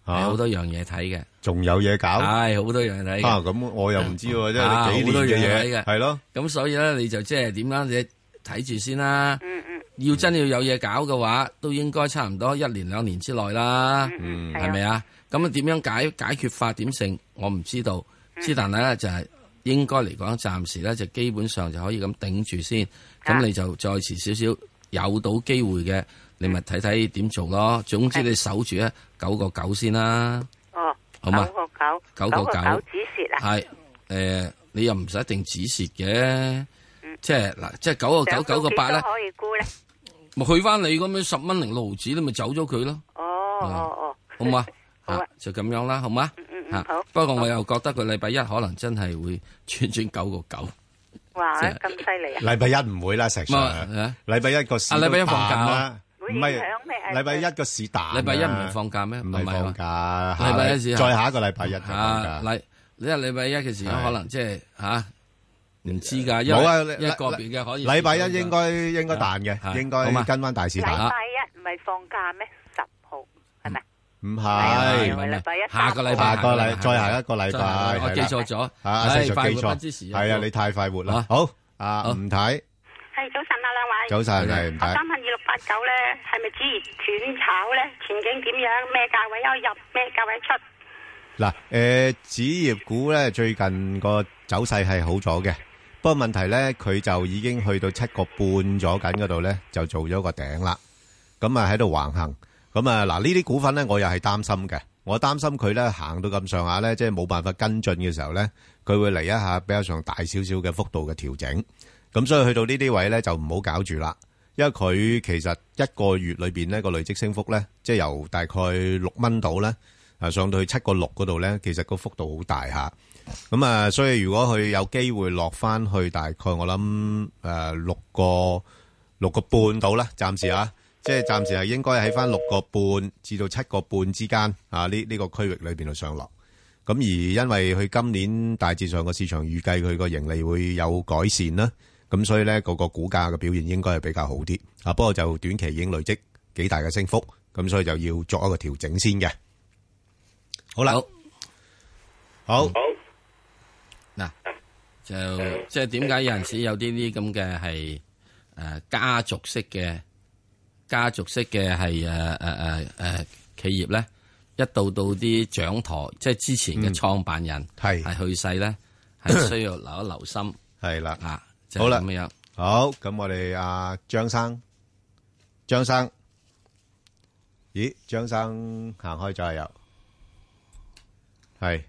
啊
係好多樣嘢睇嘅，
仲有嘢搞？
係好多樣嘢睇嘅。
啊，咁我又唔知喎，即係你
啊，
幾年嘅
好多樣嘢
嘢，
睇嘅。
係咯，
咁所以咧，你就即係點啦？你睇住先啦。
嗯嗯
要真要有嘢搞嘅話，都應該差唔多一年兩年之內啦，
嗯嗯，係
係咪
啊，
啊？咁啊點樣解解決法點成？我唔知道。
嗯
之但係咧就係、應該嚟講，暫時咧就基本上就可以咁頂住先。
啊
咁你就再遲少少有到機會嘅，你咪睇睇點做咯。總之你守住咧九個九先啦，
哦。
好嘛
九？個九，
九個
九
九
個九止蝕啊！
係诶、誒你又唔使一定止蝕嘅，
嗯
即係嗱，即係九個九九個八咧
上到幾多。可以估咧。
咪去翻你咁樣十蚊零六毫子，你咪走咗佢
嗯
咯，
哦哦哦，
好唔好 啊？
好啊
啊就咁樣啦，好嘛？
嗯嗯
啊
嗯，好。
不過我又覺得佢禮拜一可能真係會穿穿九個九，
哇，
即係
咁犀利啊！
禮拜一唔會啦，石
唔
Sir。
係啊
禮拜一個市
啊，
都
禮拜一放假啊？
淡啦，
會
唔係，
影響咩？
禮拜一個市淡啊，
禮拜一唔係放假咩？
唔係
係嘛
放假，下
禮拜一
禮-
只係。
再下一個禮拜一就
啊，
放假。
禮你係禮拜一嘅時候
係
可能即係吓唔知㗎，因
冇啊
為
禮
因為個別嘅可以
禮拜一應該-啊應該彈嘅，
係。
應該
好嘛。
跟返大市彈。
禮拜一唔係放假咩？十號係咪？
唔係，
係
唔係唔係
禮拜一
下個禮拜
下個
下個
禮
禮拜
再下一個禮拜，
真係我
係啦。
記錯咗，
啊，
唉
石 Sir
快
記
活不
錯。
知時
係啊，你太快活啦。
啊。
好，啊，
好。
吳太，早晨，
系早晨啊，兩位。
係，
我
吳太。
想問二六八九咧，係咪指短炒咧？前景點樣？咩價位有入？咩價位出？
嗱，誒，紙業股呢，最近個走勢係好咗嘅。不過問題呢，佢就已經去到7.5左緊嗰度呢，就做咗個頂啦。咁啊，喺度橫行。咁啊，嗱，呢啲股份呢，我又係擔心嘅。我擔心佢咧行到咁上下咧，即係冇辦法跟進嘅時候咧，佢會嚟一下比較上大少少嘅幅度嘅調整。咁所以去到呢啲位咧就唔好搞住啦，因為佢其實一個月裏邊呢個累積升幅咧，即係由大概六蚊到咧，啊上到去七個六嗰度咧，其實個幅度好大下。咁啊，所以如果佢有機會落翻去大概我諗誒六個六個半到啦，暫時啊，即係暫時係應該喺翻六個半至到七個半之間啊，呢呢個區域裏邊度上落。咁而因為佢今年大致上個市場預計佢個盈利會有改善啦，咁所以咧個個股價嘅表現應該係比較好啲。啊，不過就短期已經累積幾大嘅升幅，咁所以就要作一個調整先嘅。好啦，好。
就即係點解有陣時有啲啲咁嘅係誒家族式嘅家族式嘅係誒誒誒誒企業咧，一到到啲掌舵，即係之前嘅創辦人
嗯係
係去世 咧，係需要留一留心
係啦，
啊，就
好啦
係咁樣。
好，咁我哋阿張生，張生，咦，張生行開咗又，係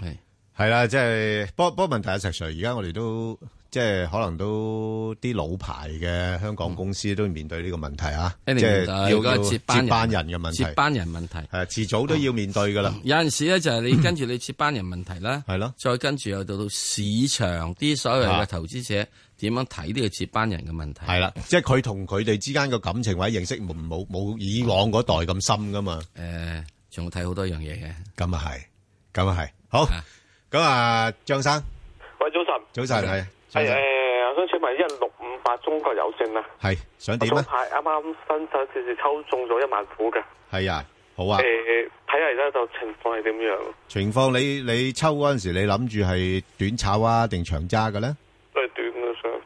係
係啦，即係不不過問題係石 Sir，而家我哋都即係可能都啲老牌嘅香港公司都面對呢個問題啊，即
Anyway，
係
就
要
係嗰
要
個
接
接班
班人
人
嘅問題，
接班人問題，
係遲早都要面對噶啦，
有陣時咧就係你跟住你接班人問題啦，
嗯係咯，
再跟住又到到市場啲所謂
啊
嘅投資者點樣睇呢個接班人嘅問題。
係啦，即係佢同佢哋之間嘅感情或者認識冇冇冇以往嗰代咁深噶嘛。
誒，仲要睇好多樣嘢嘅。
咁啊係，咁啊係，好
啊，
咁啊張生，
喂，早晨，
早晨係，
係啊
早晨
誒，我想請問一六五八中國有線啊，
係想
我
點
早
咧？
排啱啱新手次次抽中咗一萬股嘅，
係啊，好啊，
誒睇嚟咧就情況係點樣？
情況你你抽嗰陣時，你諗住係短炒啊定長揸嘅咧？
都係短嘅想。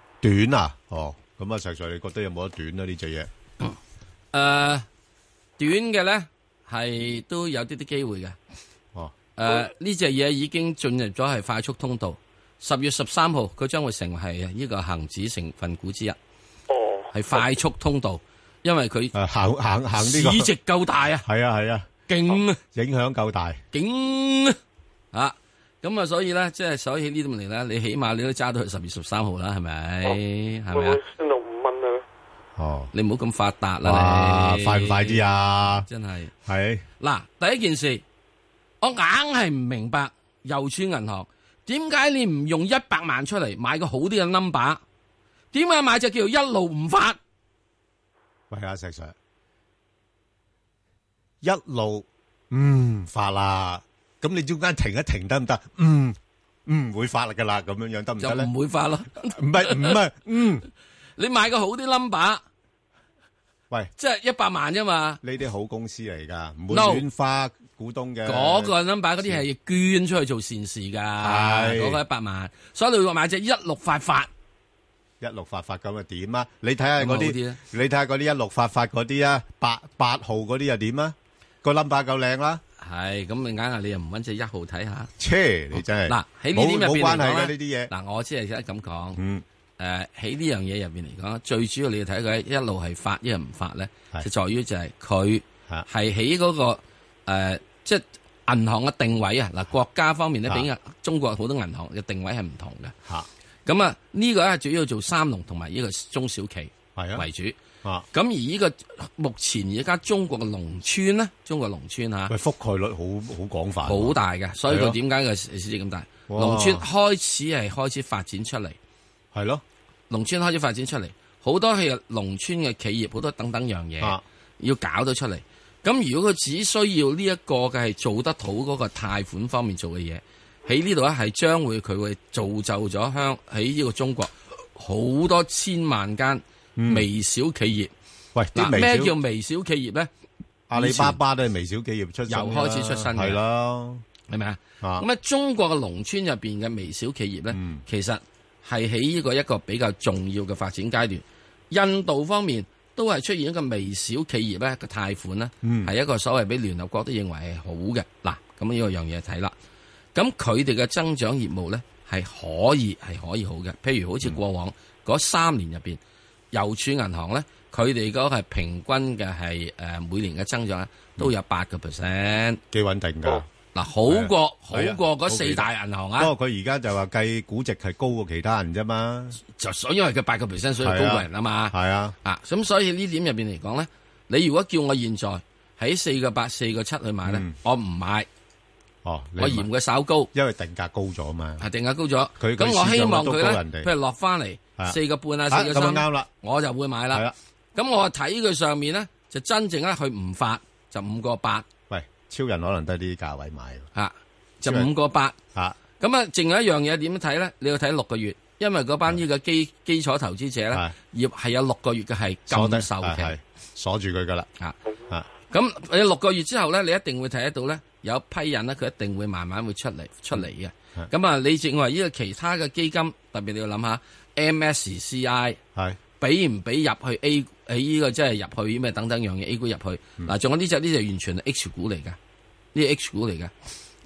短啊，哦，咁啊石 Sir，你覺得有冇得短啊呢只嘢？
誒、短嘅咧係都有啲啲機會嘅。
哦，
誒呢只嘢已經進入咗係快速通道。十月十三號，佢將會成為係啊呢個恒指成分股之一，
哦，
係快速通道，因為佢
誒啊行行行呢個
市值夠大啊，
係啊係啊，
勁啊，
影響夠大，
勁啊啊！咁啊，所以咧，即係所以呢啲嚟咧，你起碼你都揸到去十月十三號啦，係咪？係
會唔
咪啊
會？升到五蚊啊？
哦，
你唔好咁發達啦，
哇，
你
快唔快啲？啊？
真係。
係
嗱，第一件事，我硬係唔明白郵儲銀行點解你唔用一百萬出嚟買個好啲嘅 number？點解買只叫一路唔發？
喂啊石 Sir，一路嗯發啦，咁你中間停一停得唔得？嗯嗯會發噶啦，咁樣樣得唔
就
得咧？
唔會發咯。
唔係唔係，嗯，
你買個好啲 number，
喂，
即係一百萬啫嘛。
呢啲好公司嚟噶，唔會
No
亂花股東嘅。
嗰個 number 嗰啲係捐出去做善事㗎，嗰個一百萬，所以你話買只一六發發，
一六發發咁啊點啊？你睇下嗰
咁好啲
啲
啊，
你睇下嗰啲一六發發嗰啲啊，八八號嗰啲又點啊？個 number 夠靚啦，
係咁你硬係你又唔揾只一號睇下。
切你真係
嗱喺呢啲
冇
入
冇
邊
關
嚟
係嘅
講
呢啲嘢。
嗱，我只係得咁講。
嗯，
誒喺呢樣嘢入邊嚟講，最主要你要睇佢一路係發，一係唔發咧，
係
就在於就係佢
嚇
係喺嗰個、誒即係銀行嘅定位啊。嗱，國家方面咧，
啊
比中國好多銀行嘅定位係唔同嘅。
嚇
咁啊，呢個咧主要做三農同埋呢個中小企
係啊
為主。
啊，
咁而呢個目前而家中國嘅農村咧，中國農村嚇
喂覆蓋率好好廣泛啊喎，
啊好大嘅，所以
係
佢
咯
點解嘅市值咁大？
哇
農村開始係開始發展出嚟。
係咯
農村開始發展出嚟，好多係農村嘅企業，好多等等樣嘢、
啊
要搞到出嚟。咁如果佢只需要呢一個嘅係做得到嗰個貸款方面做嘅嘢，喺呢度咧係將會佢會造就咗香喺呢個中國好多千萬間微小企業。
喂
嗱、
嗯啲微
咩
小
叫微小企業咧？
阿里巴巴都係微小企業出身㗎啦，
由開始出身嘅
係啦，
係咪啊？
啊
咁咧，中國嘅農村入邊嘅微小企業咧，
嗯
其實係喺呢個一個比較重要嘅發展階段。印度方面都係出現一個微小企業咧嘅貸款咧，係、
嗯
一個所謂俾聯合國都認為係好嘅。嗱，咁呢個樣嘢睇啦。咁佢哋嘅增長業務咧係可以係可以好嘅，譬如好似過往嗰三年入邊，郵儲銀行咧，佢哋嗰個係平均嘅係誒每年嘅增長咧都有八個 percent，
幾穩定㗎。
嗱，好過好
係啊
過
好
嗰四大銀哦行啊。
哦不過佢而家就話計估值係高過其他人啫嘛。
就所以係佢八個percent，所以高過人啊嘛。
係啊，係啊。
啊，咁所以呢點入邊嚟講咧，你如果叫我現在喺四個八、四個七去買咧，我唔買，
嗯哦，你
我嫌佢稍高，啊
因為定價高咗嘛。
係定價高咗。
佢
咁
佢
我
市
希
場
望
都
佢
高人
咧，
哋
譬如落翻嚟
係啊
四個半啊、
啊
四個
咁
三，
就啱啦，
我就會買
係啦啊
啦。咁我睇佢上面咧，就真正咧佢唔發就五個八
喂，超人可能都係呢啲價位買喎。
嚇，就
超人-
五個八。
啊，
咁啊，淨有一樣嘢點樣睇咧？你要睇六個月，因為嗰班呢個基基礎投資者咧，業係有六個月嘅係禁售期。
啊鎖住佢㗎啦。
啊。
啊，
咁你六個月之後咧，你一定會睇得到咧，有批人咧，佢一定會慢慢會出嚟出嚟嘅。咁啊，你認為呢個其他嘅基金，特別你要諗下 MSCI
係
俾唔俾入去 A 喺呢個即係入去咩等等樣嘢 A 股入去嗱，仲有呢只呢只完全係 H 股嚟嘅，呢隻 H 股嚟嘅。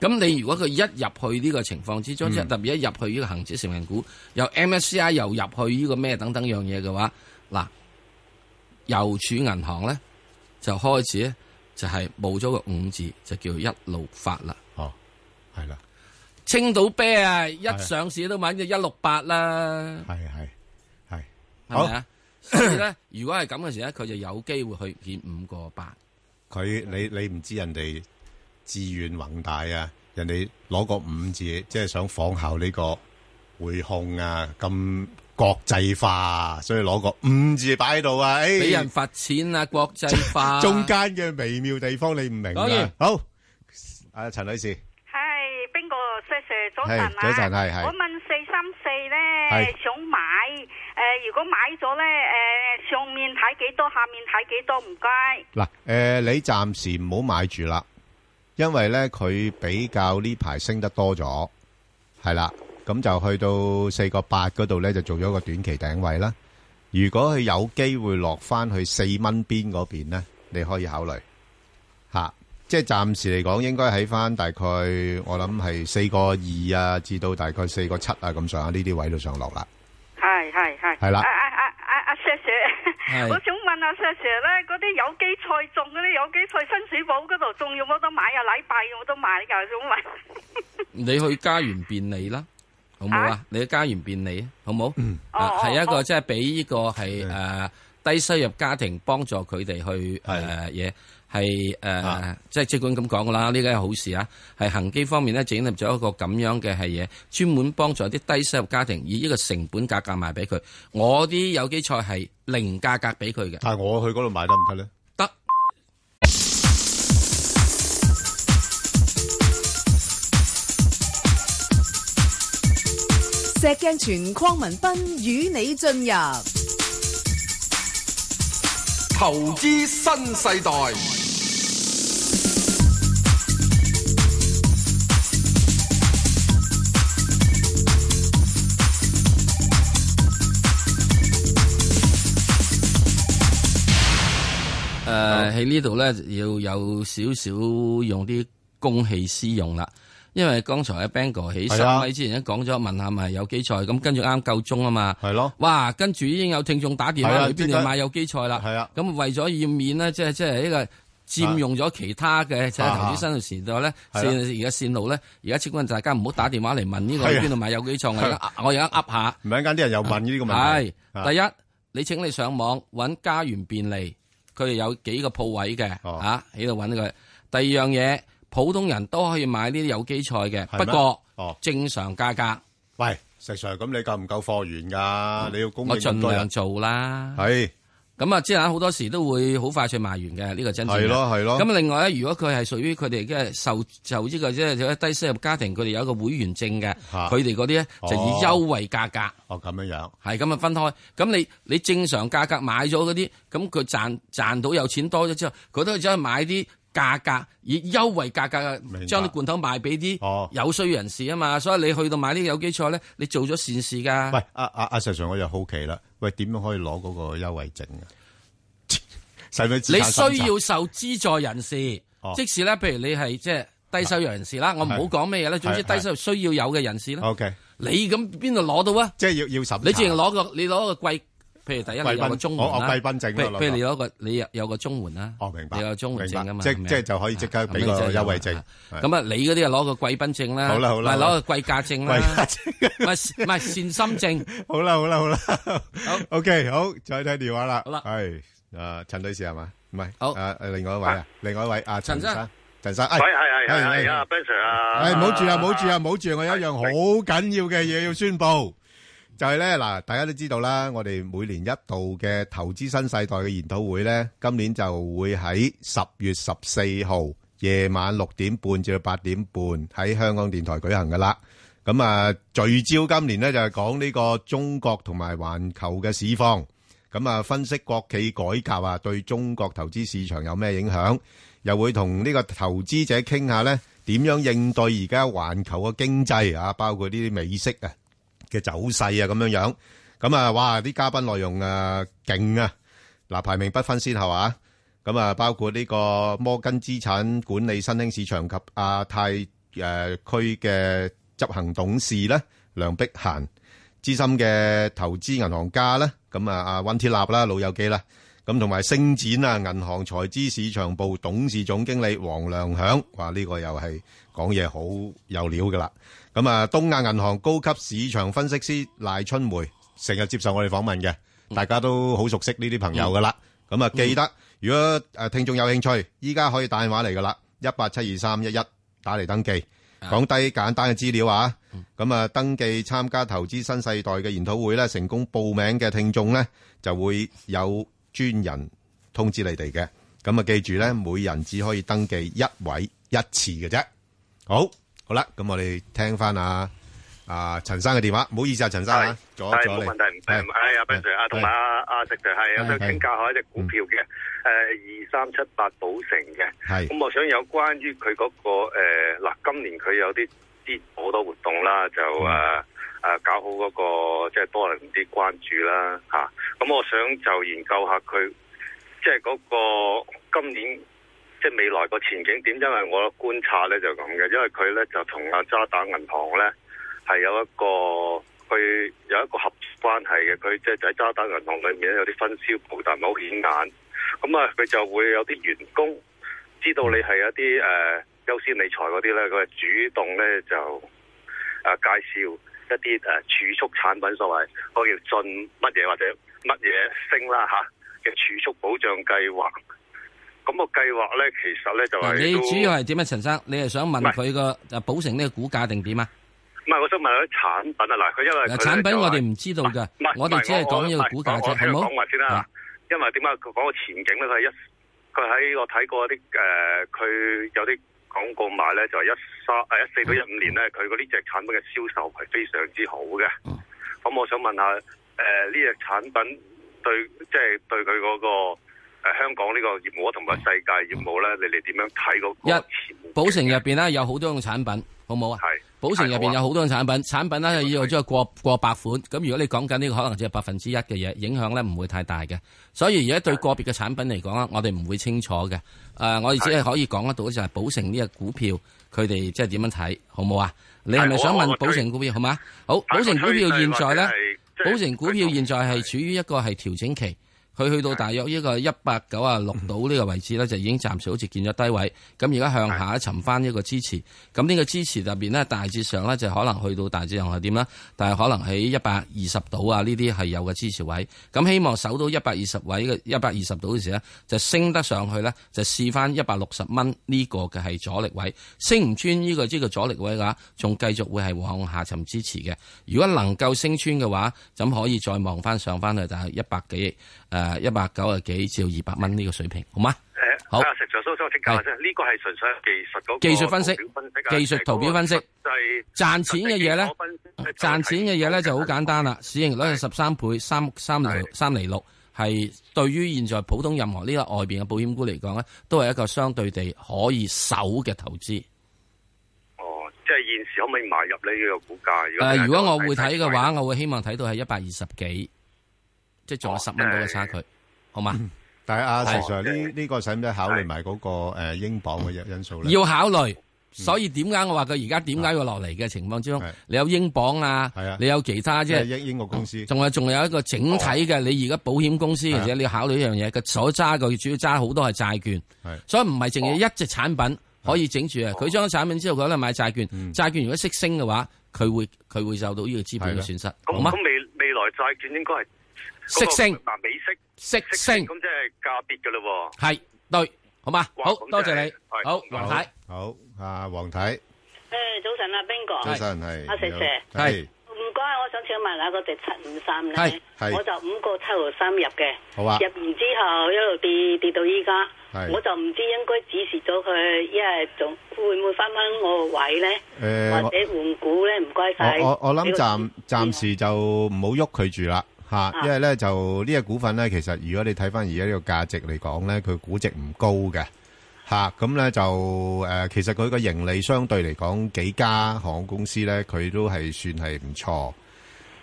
咁你如果佢一入去呢個情況之中，即係特別一入去呢個恒指成分股，又 MSCI 又入去呢個咩等等樣嘢嘅話，嗱，郵儲銀行咧就開始咧就係冇咗個五字，就叫一路發啦。
哦，係啦。
青島啤啊，一上市都買咗一六八啦。
係係係，
係咪啊？所以咧， 如果係咁嘅時咧，佢就有機會去見五個八。
佢-你-啊你唔知人哋志願宏大啊，人哋攞個五字，即係想仿效呢個匯控啊，咁國際化啊，所以攞個五字擺喺度啊，哎，哎
俾人罰錢啊，國際 化。
中間嘅微妙地方你唔明啊。
講完。
好，啊，陳女士，
系边个？Sir Sir，早晨
係
啊！
早晨係係
我問四三四咧
係，
想買诶、誒如果買咗咧，诶、上面睇幾多，下面睇幾多？唔該。
呃嗱，誒，你暫時唔好買住啦，因為呢，佢比較呢排升得多咗，係啦，咁就去到4.8嗰度呢，就做咗個短期頂位啦。如果佢有機會落返去4蚊邊嗰邊呢，你可以考慮。嚇，即係暫時嚟講，應該喺返大概，我諗係4.2啊，至到大概4.7啊，咁上下呢啲位度上落啦。
係係係。
係啦
啊啊啊啊啊！Sir Sir，
係
我想問阿 Sir Sir 咧，嗰啲有機菜種嗰啲有機菜，深水埗嗰度仲有冇得買啊？禮拜有冇得買㗎？想問。
你去家園便利啦，好冇啊？你去家園便利啊，好冇？啊，係一個即係俾呢個係誒低收入家庭幫助佢哋去誒嘢。係誒，即係即管咁講噶啦，呢個係好事啊！係恒基方面咧，整入咗一個咁樣嘅係嘢，專門幫助啲低收入家庭以呢個成本價格賣俾佢。我啲有機菜係零價格俾佢嘅。
但係我去嗰度買得唔得咧？
得。
石镜全框文斌与你进入
投資新世代，
誒呃喺呢度咧要有少少用啲公器私用啦，因為剛才阿 Bang 哥喺
係啊
十米之前已經講咗，問下咪有機菜，咁跟住啱夠鐘啊嘛，
係咯，
哇，跟住已經有聽眾打電
係
話
啊
去邊
即
度
刻
買有機菜啦，
係啊，
咁為咗要免呢，即係即係呢個。佔用咗其他嘅即係投資新嘅時代咧，
係啊
線而家線路咧，而家即管大家唔好打電話嚟問呢個
係
去
啊
邊度買有機菜，我而家我而家噏下。
唔係一間啲人又問呢個問題。啊
係第一，你請你上網揾家園便利，佢哋有幾個鋪位嘅
哦
嚇，喺度揾佢。第二樣嘢，普通人都可以買呢啲有機菜嘅，
咩
不過
哦
正常價格。
喂，石 Sir，咁你夠唔夠貨源㗎？你要供應
我
咁
盡
多
量
人。
做啦。
係。
咁啊，即係好多時都會好快脆賣完嘅，呢個真正嘅
係咯係咯
咁啊另外咧，如果佢係屬於佢哋嘅受受呢個即係低收入家庭，佢哋有一個會員證嘅，
嚇
佢哋嗰啲咧就以
啊哦
優惠價格。
哦，咁樣樣。
係咁啊，分開。咁你你正常價格買咗嗰啲，咁佢賺賺到有錢多咗之後，佢都走去買啲價格以優惠價格
白哦
將啲罐頭賣俾啲有需人士啊嘛。所以你去到買呢啲有機菜咧，你做咗善事㗎。
喂，阿阿阿石 Sir，我又好奇啦，喂，點樣可以攞嗰個優惠證啊？ 使唔使自
你
下心
需要受資助人士，
哦
即使咧，譬如你係即係低收入人士啦，我唔好講咩嘢啦，總之
係
低收入需要有嘅人士啦。
查？OK，
你咁邊度攞到啊？
即係要要審查
你淨係攞個你攞個貴譬如第一
貴
你有個
賓
中
我我
援啦，
貴賓證
譬
嗰個
譬如你有個你有有個中援啦，
哦
我明白，你有中援證噶嘛，
即
係咪啊
即係就可以即刻
咁
俾
你
個
真係
優惠證。係
咁啊，你嗰啲啊攞個貴賓證啦，
好啦好啦
咪攞個貴價證啦，
貴
唔係唔係善心 證，
好啦好啦好啦，OK，好，再睇電話啦。係，啊，陳女士係嘛？唔係，啊，另外一位啊，另外一位，啊，
陳
陳
生。
生，陳生，哎，
喂，係係
哎，
係啊，Ben Sir 啊，
哎，唔好住啊，唔好住啊，唔好住啊，我有一樣好緊要嘅嘢要宣佈，就係呢，嗱，大家都知道啦，我哋每年一度嘅投資新世代嘅研討會呢，今年就會喺10月14號夜晚6:30至到8:30喺香港電台舉行㗎啦。咁啊，聚焦今年呢，就係講呢個中國同埋環球嘅市況，咁啊，分析國企改革啊，對中國投資市場有咩影響，又會同呢個投資者傾下呢，點樣應對而家環球嘅經濟啊，包括呢啲美息啊，嘅走勢啊，咁樣樣。咁啊，哇！啲嘉賓內容啊，勁啊！嗱，排名不分先後啊。咁啊，包括呢個摩根資產管理新興市場及亞太誒區嘅執行董事咧，梁碧嫻；資深嘅投資銀行家咧，咁啊，阿温鐵立啦，老友記啦。咁同埋星展啊，銀行財資市場部董事總經理黃良響，哇！呢、個又係講嘢好有料噶啦。咁啊，東亞銀行高級市場分析師賴春梅成日接受我哋訪問嘅，大家都好熟悉呢啲朋友噶啦。咁啊，記得如果誒聽眾有興趣，依家可以打電話嚟噶啦，一八七二三一一打嚟登記。講低簡單嘅資料啊，咁啊登記參加投資新世代嘅研討會咧，成功報名嘅聽眾咧就會有專人通知你哋嘅。咁啊記住咧，每人只可以登記一位一次嘅啫。好，好啦，咁我哋聽翻啊啊陳生嘅電話，唔好意思啊，陳生啊，阻
係
阻
冇
你
問，題，唔係唔係啊，Ben Sir 啊，同埋阿阿石 Sir 係，我想
係
請教下一隻股票嘅，誒二三七八寶城
係
嘅，咁我想有關於佢嗰個誒嗱，今年佢有啲啲好多活動啦，就誒誒搞好嗰個即係多人啲關注啦嚇，咁我想就研究下佢即係嗰個今年。即係未來個前景點？因為我觀察咧就咁嘅，因為佢咧就同阿渣打銀行咧係有一個佢有一個合作關係嘅，佢即係就喺渣打銀行裏面咧有啲分銷部，但係唔係好顯眼。咁啊，佢就會有啲員工知道你係一啲誒、呃、優先理財嗰啲咧，佢係主動咧就誒、呃介紹一啲誒、呃、儲蓄產品，所謂嗰個叫進乜嘢或者乜嘢升啦嚇嘅儲蓄保障計劃。咁、個計劃咧，其實咧就嗯係、
你
都
主要係點啊，陳生？你係想問佢個誒寶城呢個股價定點啊？
唔係，我想問下啲產品啊，嗱，佢因為
嗱
佢呢
產品
就係
我哋唔知道㗎
唔係
我哋只係講呢個
唔係
股價啫
我我
係冇
我講埋先
啊
啦。因為點解佢講個前景咧？佢係一佢喺我睇過啲誒，呃佢、有啲廣告賣咧，就係一三誒一四到一五年咧，佢嗰呢隻產品嘅銷售係非常之好嘅。
哦
咁、我想問下誒呃呢隻產品對即係、對佢嗰、個、誒香港呢個業務同埋世界業務咧，你哋點樣睇嗰、個？
嗯一寶城入边咧有好多種產品，好唔好啊？
係
寶城入边有好多種產品，產品咧要即係過過百款。咁如果你講緊呢個，可能只係百分之一嘅嘢，影響咧唔會太大嘅。所以而家對個別嘅產品嚟講啦，我哋唔會清楚嘅。诶、我哋只係可以講得到就係寶城呢個股票，佢哋即係點樣睇，好唔好啊？你係咪
係
想
我
問
我
寶城股票好嘛？好，
係
寶城股票現在咧
我推，
寶城股票現在係處於一個係調整期。佢去到大約呢個一百九啊六度呢個位置咧，就已經暫時好似見咗低位。咁而家向下尋翻一個支持。咁呢個支持入邊呢，大致上呢，就可能去到大致上係點啦？但係可能喺一百二十度啊呢啲係有嘅支持位。咁希望守到一百二十位嘅一百二十度嘅時呢，就升得上去呢，就試翻一百六十蚊呢個嘅係阻力位。升唔穿呢、個呢、個阻力位嘅話，仲繼續會係往下尋支持嘅。如果能夠升穿嘅話，咁可以再望翻上翻去大概一百幾誒一百九啊幾至二百蚊呢個水平，好嗎？
誒
好
啊，石 Sir，蘇蘇請教下先，呢個係純粹係技術嗰個
技術分析
圖表分析啊、
技術圖表分析
就係
賺錢嘅嘢咧，賺錢嘅嘢咧就好簡單啦。市盈率係十三倍，三三厘三厘六，係對於現在普通任何呢個外邊嘅保險股嚟講咧，都係一個相對地可以守嘅投資。
哦，即係現時可唔可以買入呢個股價？
誒、如果我會睇嘅話，我會希望睇到係一百二十幾，即係仲有十蚊到嘅差距，好嘛？
但係啊，
係。
石Sir，呢-呢個使唔使考慮埋嗰個，誒，英鎊嘅因素咧？
要考慮，所以點解我話佢而家點解要落嚟嘅情況之中，你有英鎊嗯啊，你有其他即係啊
英英國公司，
仲有仲有一個整
哦
體嘅。你而家保險公
啊
司，而且你要考慮一樣嘢，佢所揸嘅主要揸好多係債券，所以唔係淨
哦
係一隻產品可以整住啊。佢將產品之後，佢可能買債
嗯
券，債券如果息升嘅話，佢會佢會受到呢個資本嘅損失，
咁
好嗎
咁？未未來債券應該係
息升
嗰個嗱美息
息升，
咁即係價跌嘅咯喎。
係對，好嘛？
哇
好
咁
多
真
謝
係
你
係，
好黃太。
好，阿黃太，
诶，早晨啊，Ben 哥，
早晨係，
阿石 Sir，
係，
唔該，我想請問下嗰隻七五三
係
咧，
係
我就五個七號三入嘅，
好啊
入完之後一路跌跌到依家
係，
我就唔知應該指示咗佢，一係仲會唔會翻翻我個位咧，
誒
或者換股咧？唔該晒。
我我我
你
諗
個
暫暫時就唔好喐佢住啦吓，因為咧就呃呢只股份咧，其實如果你睇翻而家呢個價值嚟講咧，佢估值唔高嘅吓，咁咧就誒，其實佢個盈利相對嚟講幾家航空公司咧，佢都係算係唔錯。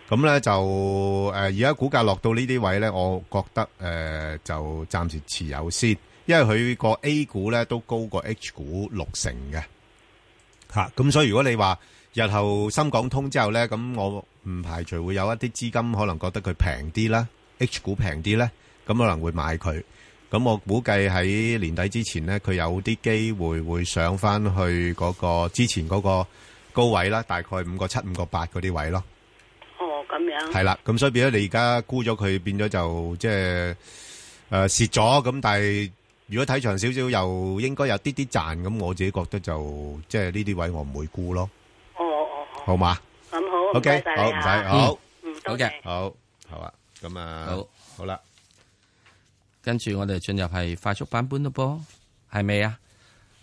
咁咧就誒，而家股價落到呢啲位咧，我覺得誒、呃就暫時持有先，因為佢個 A 股咧都高過 H 股六成嘅嚇。咁、所以如果你話日後深港通之後咧，咁我唔排除會有一啲資金可能覺得佢平啲啦，H 股平啲咧，咁可能會買佢。咁我估計喺年底之前咧，佢有啲機會會上翻去嗰、個之前嗰個高位啦，大概五個七、五個八嗰啲位咯。
哦咁樣，
系啦，咁所以變咗你而家沽咗佢，變咗就即係诶蚀咗，咁但係如果睇長少少，又應該有啲啲賺，咁我自己覺得就即係呢啲位我唔會沽咯，
哦哦，哦
好嘛
咁好唔該
？OK，
晒
好
你
唔
啊
使，好，
嗯多謝
好，好啊，咁啊，
好，
好啦，
跟住我哋進入係快速版本咯噃，係未啊？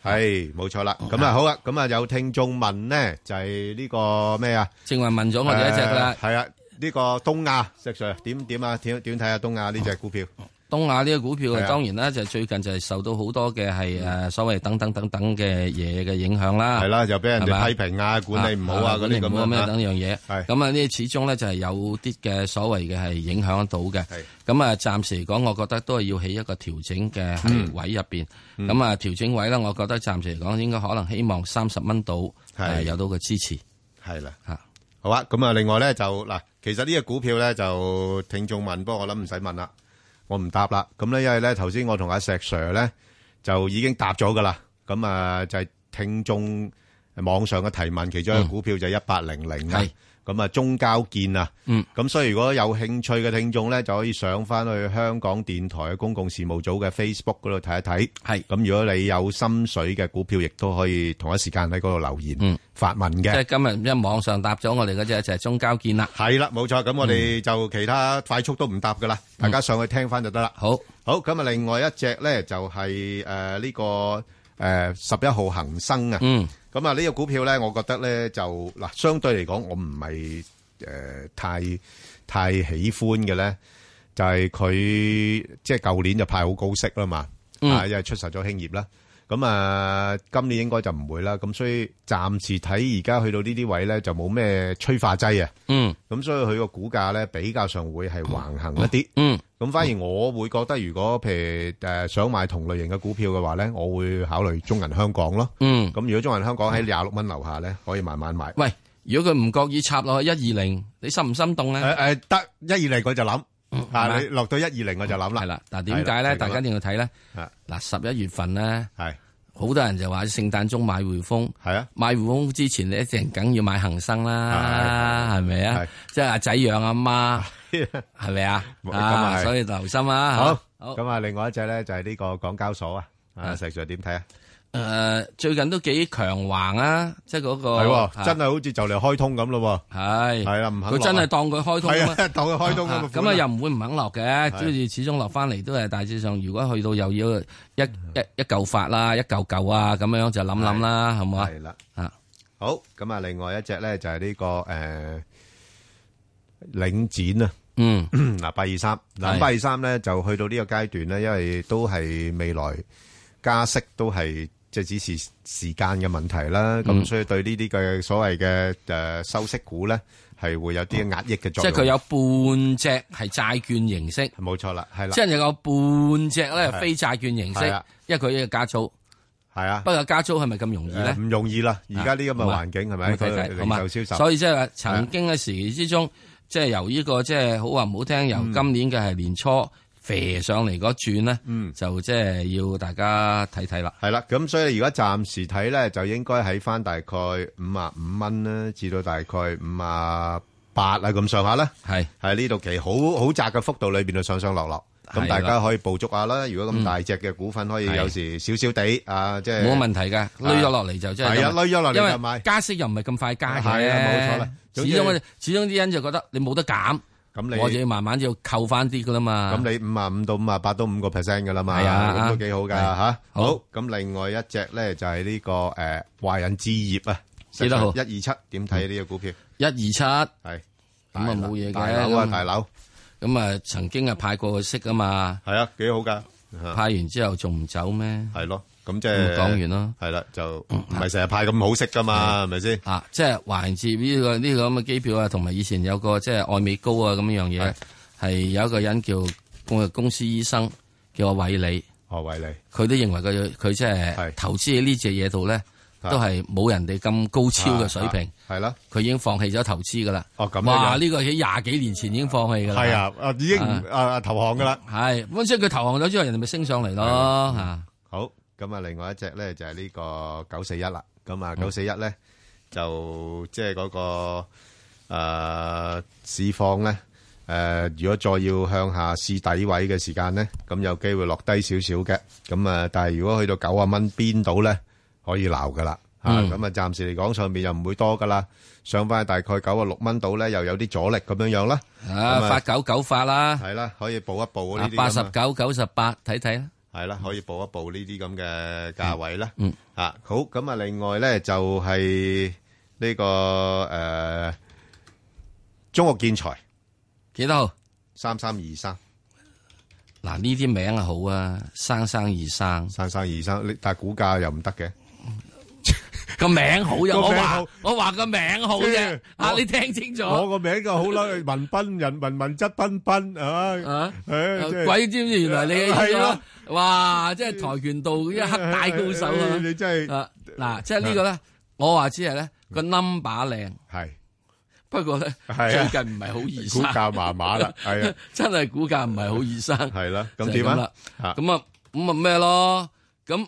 係冇錯啦，咁啊好啦，咁啊有聽眾問咧，就係呢個咩啊？
正話問咗我哋一隻㗎啦
係啊，呢個東亞石 Sir 點點啊？點點睇下東亞呢只股票？
東亞呢個股票
係啊嗯
啊，當然啦，就最近就係受到好多嘅係誒所謂等等等等嘅嘢嘅影響啦。
係啦就俾人哋
係嘛
批評啊管理唔好啊嗰
管
啲
理唔好
咁樣
咩
啊
等樣嘢。咁啊，呢始終咧就係有啲嘅所謂嘅係影響到嘅。咁啊，暫時嚟講，我覺得都係要起一個調整嘅係
嗯
位入邊。
嗯
咁啊，調整位咧，我覺得暫時嚟講應該可能希望三十蚊到
係
誒有到個支持。
係啦，
嚇。
好啊，咁啊，另外咧就嗱，其實呢只股票咧就聽眾問，不過我諗唔使問啦，我唔答啦。咁咧，因為咧頭先我同阿石 Sir 咧就已經答咗噶啦。咁啊，就係聽眾網上嘅提問，其中一個股票就一八零零啊。咁啊，中交建啊。
嗯。
咁所以如果有興趣嘅聽眾咧，就可以上翻去香港電台嘅公共事務組嘅 Facebook 嗰度睇一睇。
係。
咁如果你有心水嘅股票，亦都可以同一時間喺嗰度留言、
嗯
發問
即
嘅。
係今日一網上答咗我哋嗰只就係中交建啦。
係啦，冇錯。咁我哋就其他快速都唔答噶啦，大家上去聽翻就得啦。
好，
好。咁啊，另外一隻咧就係誒呢個誒十一號恒生啊。
嗯。
咁啊，呢個股票咧，我覺得咧就嗱，相對嚟講，我唔係誒太太喜歡嘅咧，就係佢即係舊年就派好高息啦嘛，
嗯
啊，因為出售咗興業啦。咁啊，今年應該就唔會啦。咁所以暫時睇而家去到呢啲位咧，就冇咩催化劑啊。
嗯。
咁所以佢個股價咧比較上會係橫行一啲。
嗯。
咁反而我會覺得，如果譬如誒想買同類型嘅股票嘅話咧，我會考慮中銀香港咯。
嗯
咁如果中銀香港喺廿六蚊樓下咧，可以慢慢買。
喂，如果佢唔覺意插落去一二零，你心唔心動咧？嗯
誒誒，得一二零我就諗，
係
啊
咪
你落到一二零我就諗啦。啊係
啦，嗱點解咧？大家一定要睇咧。嗱，十一月份咧，
係
好多人就話聖誕中買匯豐，
係啊，
買匯豐之前你一定梗要買恒生啦，係咪啊？即係阿仔養阿 媽，係咪啊？
咁啊
啊，
係
所以留心啊。嚇
好，咁啊，另外一隻咧就係呢個港交所啊，啊
啊
石 Sir 點睇啊？
誒，最近都幾強橫啊，即係嗰個
係喎，真係好似就嚟開通咁咯喎。
係
係啊，唔肯落啊
佢真係當佢開通啊嘛
係啊 當佢開通咁
啊
啊
咁啊又唔會唔肯落嘅，即係始終落翻嚟都係大致上，如果去到又要一
嗯
一一嚿發啦，一嚿嚿啊咁樣就諗諗啦，係嘛？
係啦，
啊，
好，咁啊，另外一隻咧就係呢個誒領展啊。
嗯，
嗱八二三，嗱
係
八二三咧就去到呢個階段咧，因為都係未來加息都係即係只是時間嘅問題啦。咁、
嗯
所以對呢啲嘅所謂嘅誒收息股咧，係會有啲壓抑嘅
即
作用。
係佢有半隻係債券形式，
冇錯啦，係啦
即係有半隻咧
係
非債券形式
係啊，
因為佢嘅價數
係啊，
不過加租係咪咁容易咧
誒？唔容易啦，而家呢咁嘅環境係咪？
咁睇
佢
睇好
零
嘛
售銷售，
所以即係話曾經嘅時之中，即係由呢個即係好話唔好聽，由
嗯
今年嘅係年初肥上嚟嗰轉咧，就即係要大家睇睇啦。
係啦，咁所以而家暫時睇咧，就應該喺翻大概五啊五蚊啦，至到大概五啊八啊咁上下啦。
係
喺呢度期好好窄嘅幅度裏邊度上上落落，咁
係
大
啦
家可以捕捉下啦。如果咁大隻嘅股份，可以
係
有時少少地啊，即係
冇問題㗎，攞咗落嚟就即係
係啊，攞咗落嚟就
因為加息又唔係咁快加嘅，
係啊冇錯啦
始
總之
終始終啲人就覺得你冇得減，
咁你
我就要慢慢要扣翻啲㗎啦嘛。
咁你五啊五到五啊八都五個 percent 噶啦嘛，
係啊
咁都幾好噶
係
吓。
好
好，咁另外一隻咧就係呢個誒華人置業啊，
幾多號
一二七點睇呢個股票？
一二七
係
咁啊冇嘢嘅，
大樓啊大樓
咁啊曾經啊派過息啊嘛，
係啊幾好噶，
派完之後仲唔走咩？
係咯，咁即
咁
係
講完咯，
係啦，就唔係成日派咁好息噶嘛，係咪先？
啊，即係環接呢個呢個咁嘅機票啊，同埋以前有個即係愛美高啊咁樣嘢，係有一個人叫公公司醫生叫阿偉利，
哦偉利，
佢都認為佢佢即係投資喺呢只嘢度咧，
啊
都係冇人哋咁高超嘅水平，
係啦，
佢已經放棄咗投資噶啦。
哦咁樣
哇！
樣
呢個喺廿幾年前已經放棄噶啦。
係啊啊已經唔啊投降噶啦。
係咁即係佢投降咗之後，人哋咪升上嚟咯啊嚇。
好，咁啊，另外一隻咧就係呢個九四一啦。咁啊，九四一咧就即係嗰個誒市況咧誒，如果再要向下試底位嘅時間咧，咁有機會落低少少嘅。咁啊，但係如果去到九啊蚊邊度咧，可以鬧噶啦。嚇，
嗯
咁啊，暫時嚟講上面又唔會多噶啦，上翻去大概九啊六蚊度咧，又有啲阻力咁樣樣啦。咁
啊，發九九發啦，
係啦，可以報一報呢
啊
啲咁啊
八十九九十八睇睇啦。
系啦，可以報一報呢啲咁嘅價位啦。
嗯，
啊好，咁啊，另外咧就係呢個诶中國建材
幾多號？
三三二三，
嗱呢啲名啊好啊，生生二生，
生生二生，你但係股價又唔得嘅。
個名好啫，
個
我
名
話
好
我話個名好
即
啫
係，
啊
我
你聽清楚，
我個名就好 啦，文彬人文文質彬彬係
嘛？
誒 即係
鬼知唔知原來你嘅意
係
思
咯嗯
啊？哇！即係跆拳道一黑帶高手啊！
你真
係嗱，即係呢個咧，我話只係咧個 number 靚，
係
不過咧
係
最
啊
近唔係好易生，
股價麻 麻啦係啊，
真係股價唔係好易生，
係啦，咁
就係
點啊
啦？
啊
咁啊咁啊咩咯？咁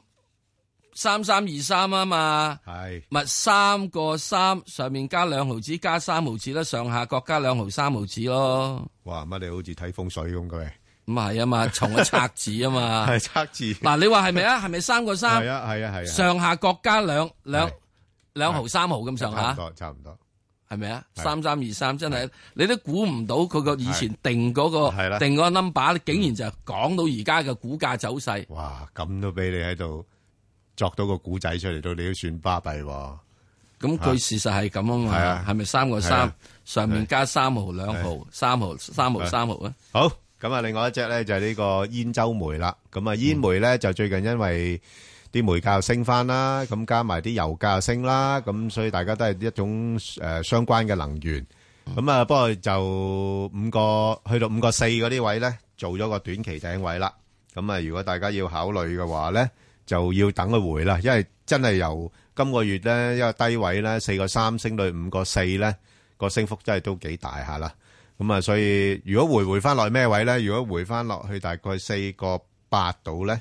三三二三啊嘛，
係
咪三個三上面加兩毫子加三毫子啦，上下各加兩毫三毫子咯。
哇！乜你好似睇風水咁嘅？
咁啊係啊嘛，從一拆字啊嘛，
係 測字。
嗱，你話係咪 啊？係咪三個三？
係啊係啊係啊
上下各加兩兩兩毫三毫咁上
差唔
下，
多，差唔多。
係咪啊？
係
三三二三真係，你都估唔到佢個以前定嗰
係
個
啦
定嗰個 number，竟然就講到而家嘅股價走勢。
哇！咁都俾你喺度作到個古仔出嚟，到你都算巴閉喎。
咁佢事實係咁啊嘛，
係啊
係咪三個
係
三
啊
上面加三毫兩毫三毫三毫三毫啊？
好，咁啊，另外一隻咧就係呢個煙州煤啦。咁啊，煙煤咧就最近因為啲煤價又升翻啦，咁加埋啲油價又升啦，咁所以大家都係一種誒相關嘅能源。咁啊，不過就五個去到五個四嗰啲位咧，做咗個短期頂位啦。咁啊，如果大家要考慮嘅話咧，就要等佢回啦，因為真係由今個月咧一個低位咧四個三升到五個四咧，個升幅真係都幾大下啦。咁啊，所以如果回回翻落去咩位咧？如果回翻落去大概四個八度咧，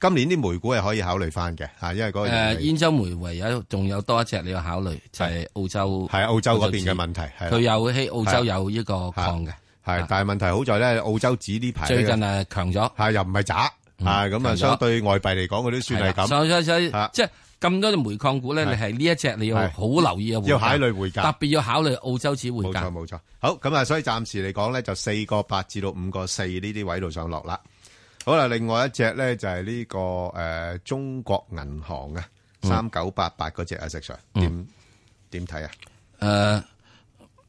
今年啲煤股係可以考慮翻嘅嚇，因為嗰個盈
誒
利
煙州煤唯有仲有多一隻你要考慮，就係澳洲
係澳洲嗰邊嘅問題係啦
佢有喺澳洲
係
有呢個礦嘅。
係，但係問題好在咧，澳洲紙呢排
最近啊強咗，
係又唔係渣啊，咁啊
強咗
相對外幣嚟講，佢都算係
係啦
咁。
所以所以所以
啊
即係咁多隻煤礦股咧，你係呢一隻你要
係
好留意嘅，
要考慮匯價
特別要考慮澳洲紙匯價。
冇錯冇錯。好，咁啊，所以暫時嚟講咧，就四個八至到五個四呢啲位度上落啦。好啦，另外一隻咧就係呢、個誒、呃中國銀行啊，三九八八嗰只啊，石 Sir 點點睇啊？
誒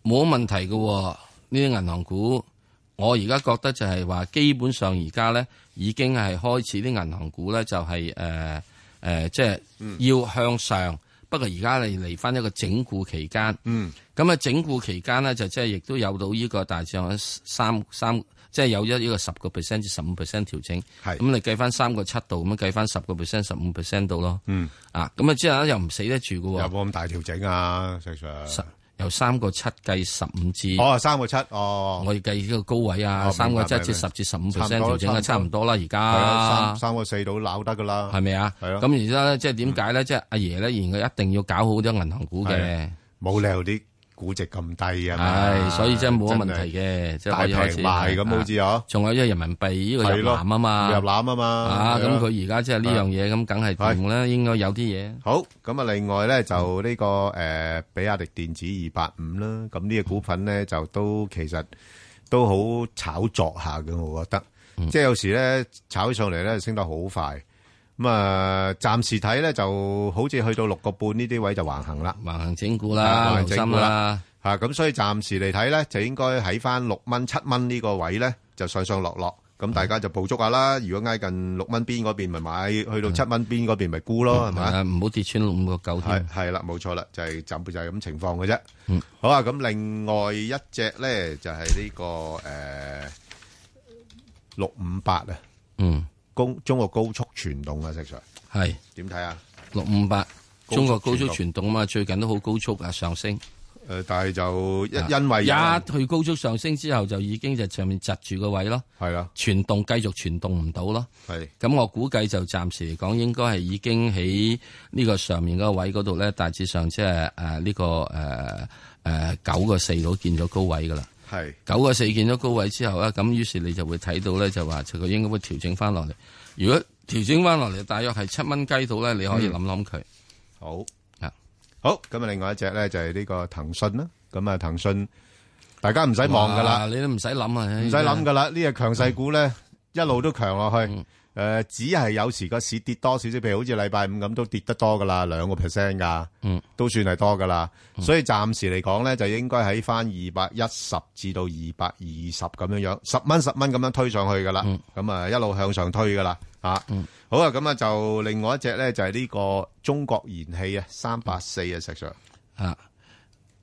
冇問題嘅喎，呢啲銀行股，我而家覺得就係話，基本上而家咧已經係開始啲銀行股咧就係誒誒，即係
嗯
要向上。不過而家你嚟翻一個整固期間，
嗯，
咁啊整固期間咧就即係亦都有到呢個大致上三三即係有一呢個十個 percent 至十五 percent 調整。
係
咁，你計翻三個七度，咁樣計翻十個 percent、十五 percent 度咯。
嗯
啊，咁啊之後咧又唔死得住嘅喎。有
冇咁大調整啊？石 Sir，
由三個七計十五至
哦，三個七哦，
我要計呢個高位啊，
哦
三個
明白
七至
明白
十至十五
差唔
percent
多
調整啊，
差
差
唔
唔
多
多啦，而家
係啊三三個四度鬧得噶啦，
係咪啊？
係咯，
咁而家咧，即係點解咧？即係阿爺咧，仍然佢一定要搞好啲銀行股
係
嘅
啊，冇理由啲估值咁低啊嘛，
係，所以真係冇乜問
真係
題嘅，即係
大
可以開始
平賣咁好似啊，
仲有因為人民幣呢個入
係咯
籃啊嘛，
入籃啊嘛
啊，
係
咁
咯
佢而家即係呢樣嘢，咁梗係掂啦，應該有啲嘢。
好，咁啊，另外咧就呢、個誒、呃比亞迪電子二八五啦，咁呢個股份咧就都其實都好炒作下嘅，我覺得，
嗯
即係有時咧炒起上嚟咧升得好快，咁啊暫時睇咧就好似去到六個半呢啲位就橫行啦，
橫行啊整固
啦
留心啦，
嚇咁、所以暫時嚟睇咧就應該喺翻六蚊七蚊呢個位咧就上上落落。咁大家就捕捉下啦，如果挨近六蚊邊嗰邊咪買，去到七蚊邊嗰邊咪沽
哦
咯，係咪啊？
唔好跌穿五個九
添。係啦，冇錯啦，就係就就係咁情況嘅啫。好啊，咁另外一隻咧就係呢個誒六五八啊，
嗯，
高中國高速傳動啊，石 Sir
係
點睇啊？
六五八，中國高速
傳
傳動啊嘛，最近都好高速啊上升。
誒，但係就因因為
一去高速上升之後，就已經就上面窒住個位咯。
係啦，
傳動繼續傳動唔到咯。
係
咁，我估計就暫時嚟講，應該係已經喺呢個上面嗰個位嗰度咧，大致上即係誒呢個誒誒九個四度見咗高位噶啦。
係
九個四見咗高位之後咧，咁於是你就會睇到咧，就話佢應該會調整翻落嚟。如果調整翻落嚟，大約係七蚊雞度咧，你可以諗諗佢。
好
啊，
好咁啊，另外一隻咧就係呢個騰訊啦。咁啊，騰訊大家唔使望噶
哇
啦，
你都唔使諗啊，
唔使諗噶啦，呢只強勢股咧一路都強落去。誒、只係有時個市跌多少少，譬如好似禮拜五咁，都跌得多噶啦，兩個 percent 噶，
嗯
都算係多噶啦。所以暫時嚟講咧，就應該喺翻二百一十至到二百二十咁樣樣，十蚊十蚊咁樣推上去噶啦。咁啊、一路向上推噶啦，啊，好啊，咁啊就另外一隻咧就係呢個中國燃氣啊，三八四啊，石 Sir
啊，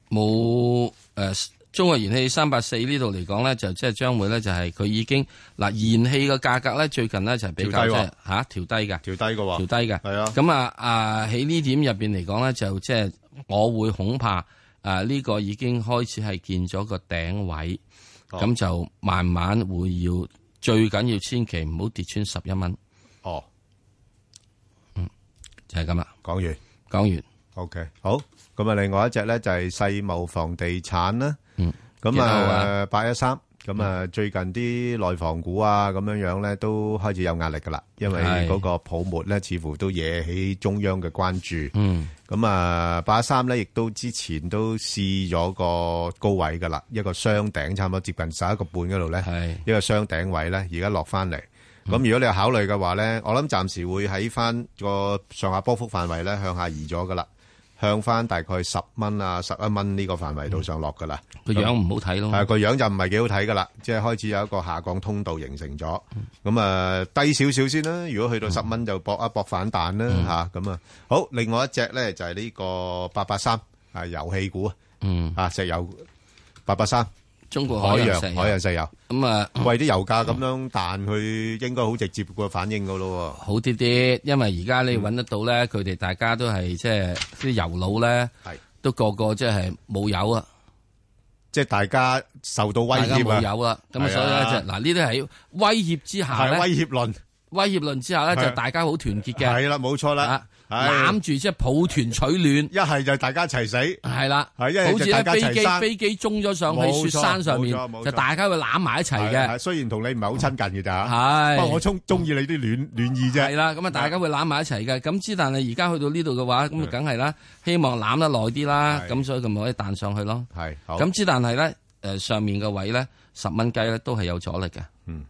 冇誒、呃中國燃氣三八四呢度嚟講咧，就即係將會咧就係佢已經嗱燃氣嘅價格咧，最近咧就係比較
調低
即
喎
係嚇調低嘅，調
低嘅喎，
調低嘅，
係啊，
咁啊啊喺呢點入邊嚟講咧，就即係我會恐怕啊呢、個已經開始係見咗個頂位，
哦
咁、就慢慢會要最緊要千祈唔好跌穿十一蚊，
哦，
就係咁啦。
講完，
講完。
OK，好，咁啊另外一隻咧就係世茂房地產啦。
嗯，
咁
幾多
啊
啊，
八一三，咁啊，最近啲內房股啊，咁樣樣咧都開始有壓力噶啦，因為
係
嗰個泡沫咧，似乎都惹起中央嘅關注。
嗯，
咁啊，八一三咧，亦都之前都試咗個高位噶啦，一個雙頂，差唔多接近十一個半嗰度咧，一個雙頂位咧，而家落翻嚟。咁如果你有考慮嘅話咧，我諗暫時會喺翻個上下波幅範圍咧向下移咗噶啦，向翻大概十蚊啊、十一蚊呢個範圍度上落噶啦。
個樣唔好睇咯
係個樣就唔係幾好睇噶啦，即係開始有一個下降通道形成咗。咁啊，低少少先啦。如果去到十蚊就搏一搏反彈啦嚇。咁啊，好。另外一隻咧就係呢個八八三啊，油氣股啊，
嗯
啊石油八八三，
中國
海
海洋
洋
石油
海洋石油。
咁啊，
為啲油價咁樣彈，佢應該好直接個反應噶咯
喎。好啲啲，因為而家
嗯
你揾得到咧，佢哋大家都係即係啲油佬咧，都個個即係冇油啊，
即係大家受到威
大家
脅啊
冇油啦。咁
係
啊，
啊
所以咧就嗱呢啲喺威脅之下咧，
係威脅論，
威脅論之下咧
係
就大家好團結嘅，啊
係啦，冇錯啦，
攬住即係抱團取暖，
一係就大家一齊死，
係啦，
係一係
好似
就大
咧
家
飛
一齊
機
生
飛機中咗上去雪山上面
冇錯冇，錯
就大家會攬埋一齊
係係
嘅，
雖然同你唔係好親近嘅咋，
係
不過我中中意你啲暖暖意啫。
係啦，咁啊大家會攬埋一齊嘅。咁之但係而家去到呢度嘅話，咁啊梗係啦，希望攬得耐啲啦，咁所以佢咪可以彈上去咯。
係好
咁之但係咧，誒上面嘅位咧，十蚊雞咧都係有阻力嘅。
嗯，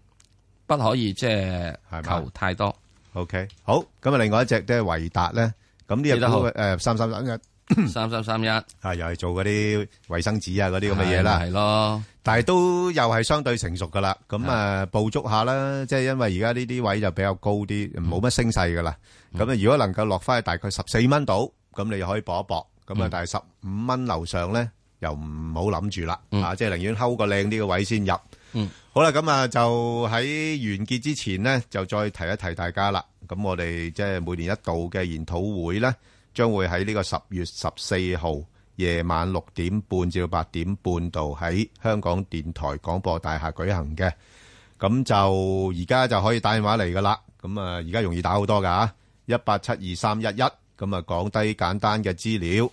不可以即係求太多。
OK，好，咁啊，另外一隻即係維達咧，咁呢只
記得好
股誒三三三一，
三三三一
啊，又係做嗰啲衛生紙啊嗰啲咁嘅嘢啦，
係咪係咯，
但係都又係相對成熟噶啦，咁啊捕捉下啦，即係因為而家呢啲位就比較高啲，冇乜升勢噶啦，咁啊如果能夠落翻去大概十四蚊度，咁你可以搏一搏，咁啊但係十五蚊樓上咧又唔好諗住啦，啊即係寧願睺個靚啲嘅位先入。
嗯。
好啦，咁啊就喺完結之前呢，就再提一提大家啦。咁我哋即係每年一度嘅研討會呢，將會喺呢個十月十四號夜晚六點半至到八點半度喺香港電台廣播大廈舉行嘅。咁就而家就可以打電話嚟噶啦。咁啊，而家容易打好多噶嚇，一八七二三一一。咁啊，講低簡單嘅資料，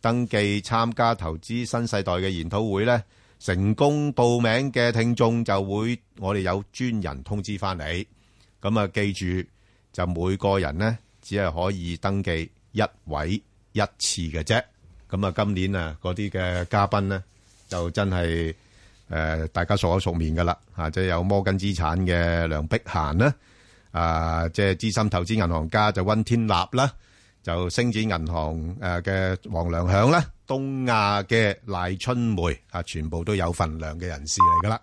登記參加投資新世代嘅研討會呢，成功報名嘅聽眾就會我哋有專人通知翻你。咁啊，記住就每個人呢，只係可以登記一位一次嘅啫。咁啊，今年啊嗰啲嘅嘉賓呢，就真係〜誒、大家熟口熟面噶啦，嚇、即係有摩根資產嘅梁碧嫻啦，啊，即係資深投資銀行家就温天立啦，就星展銀行誒嘅黃良響啦，東亞嘅賴春梅啊，全部都有份量嘅人士嚟噶啦。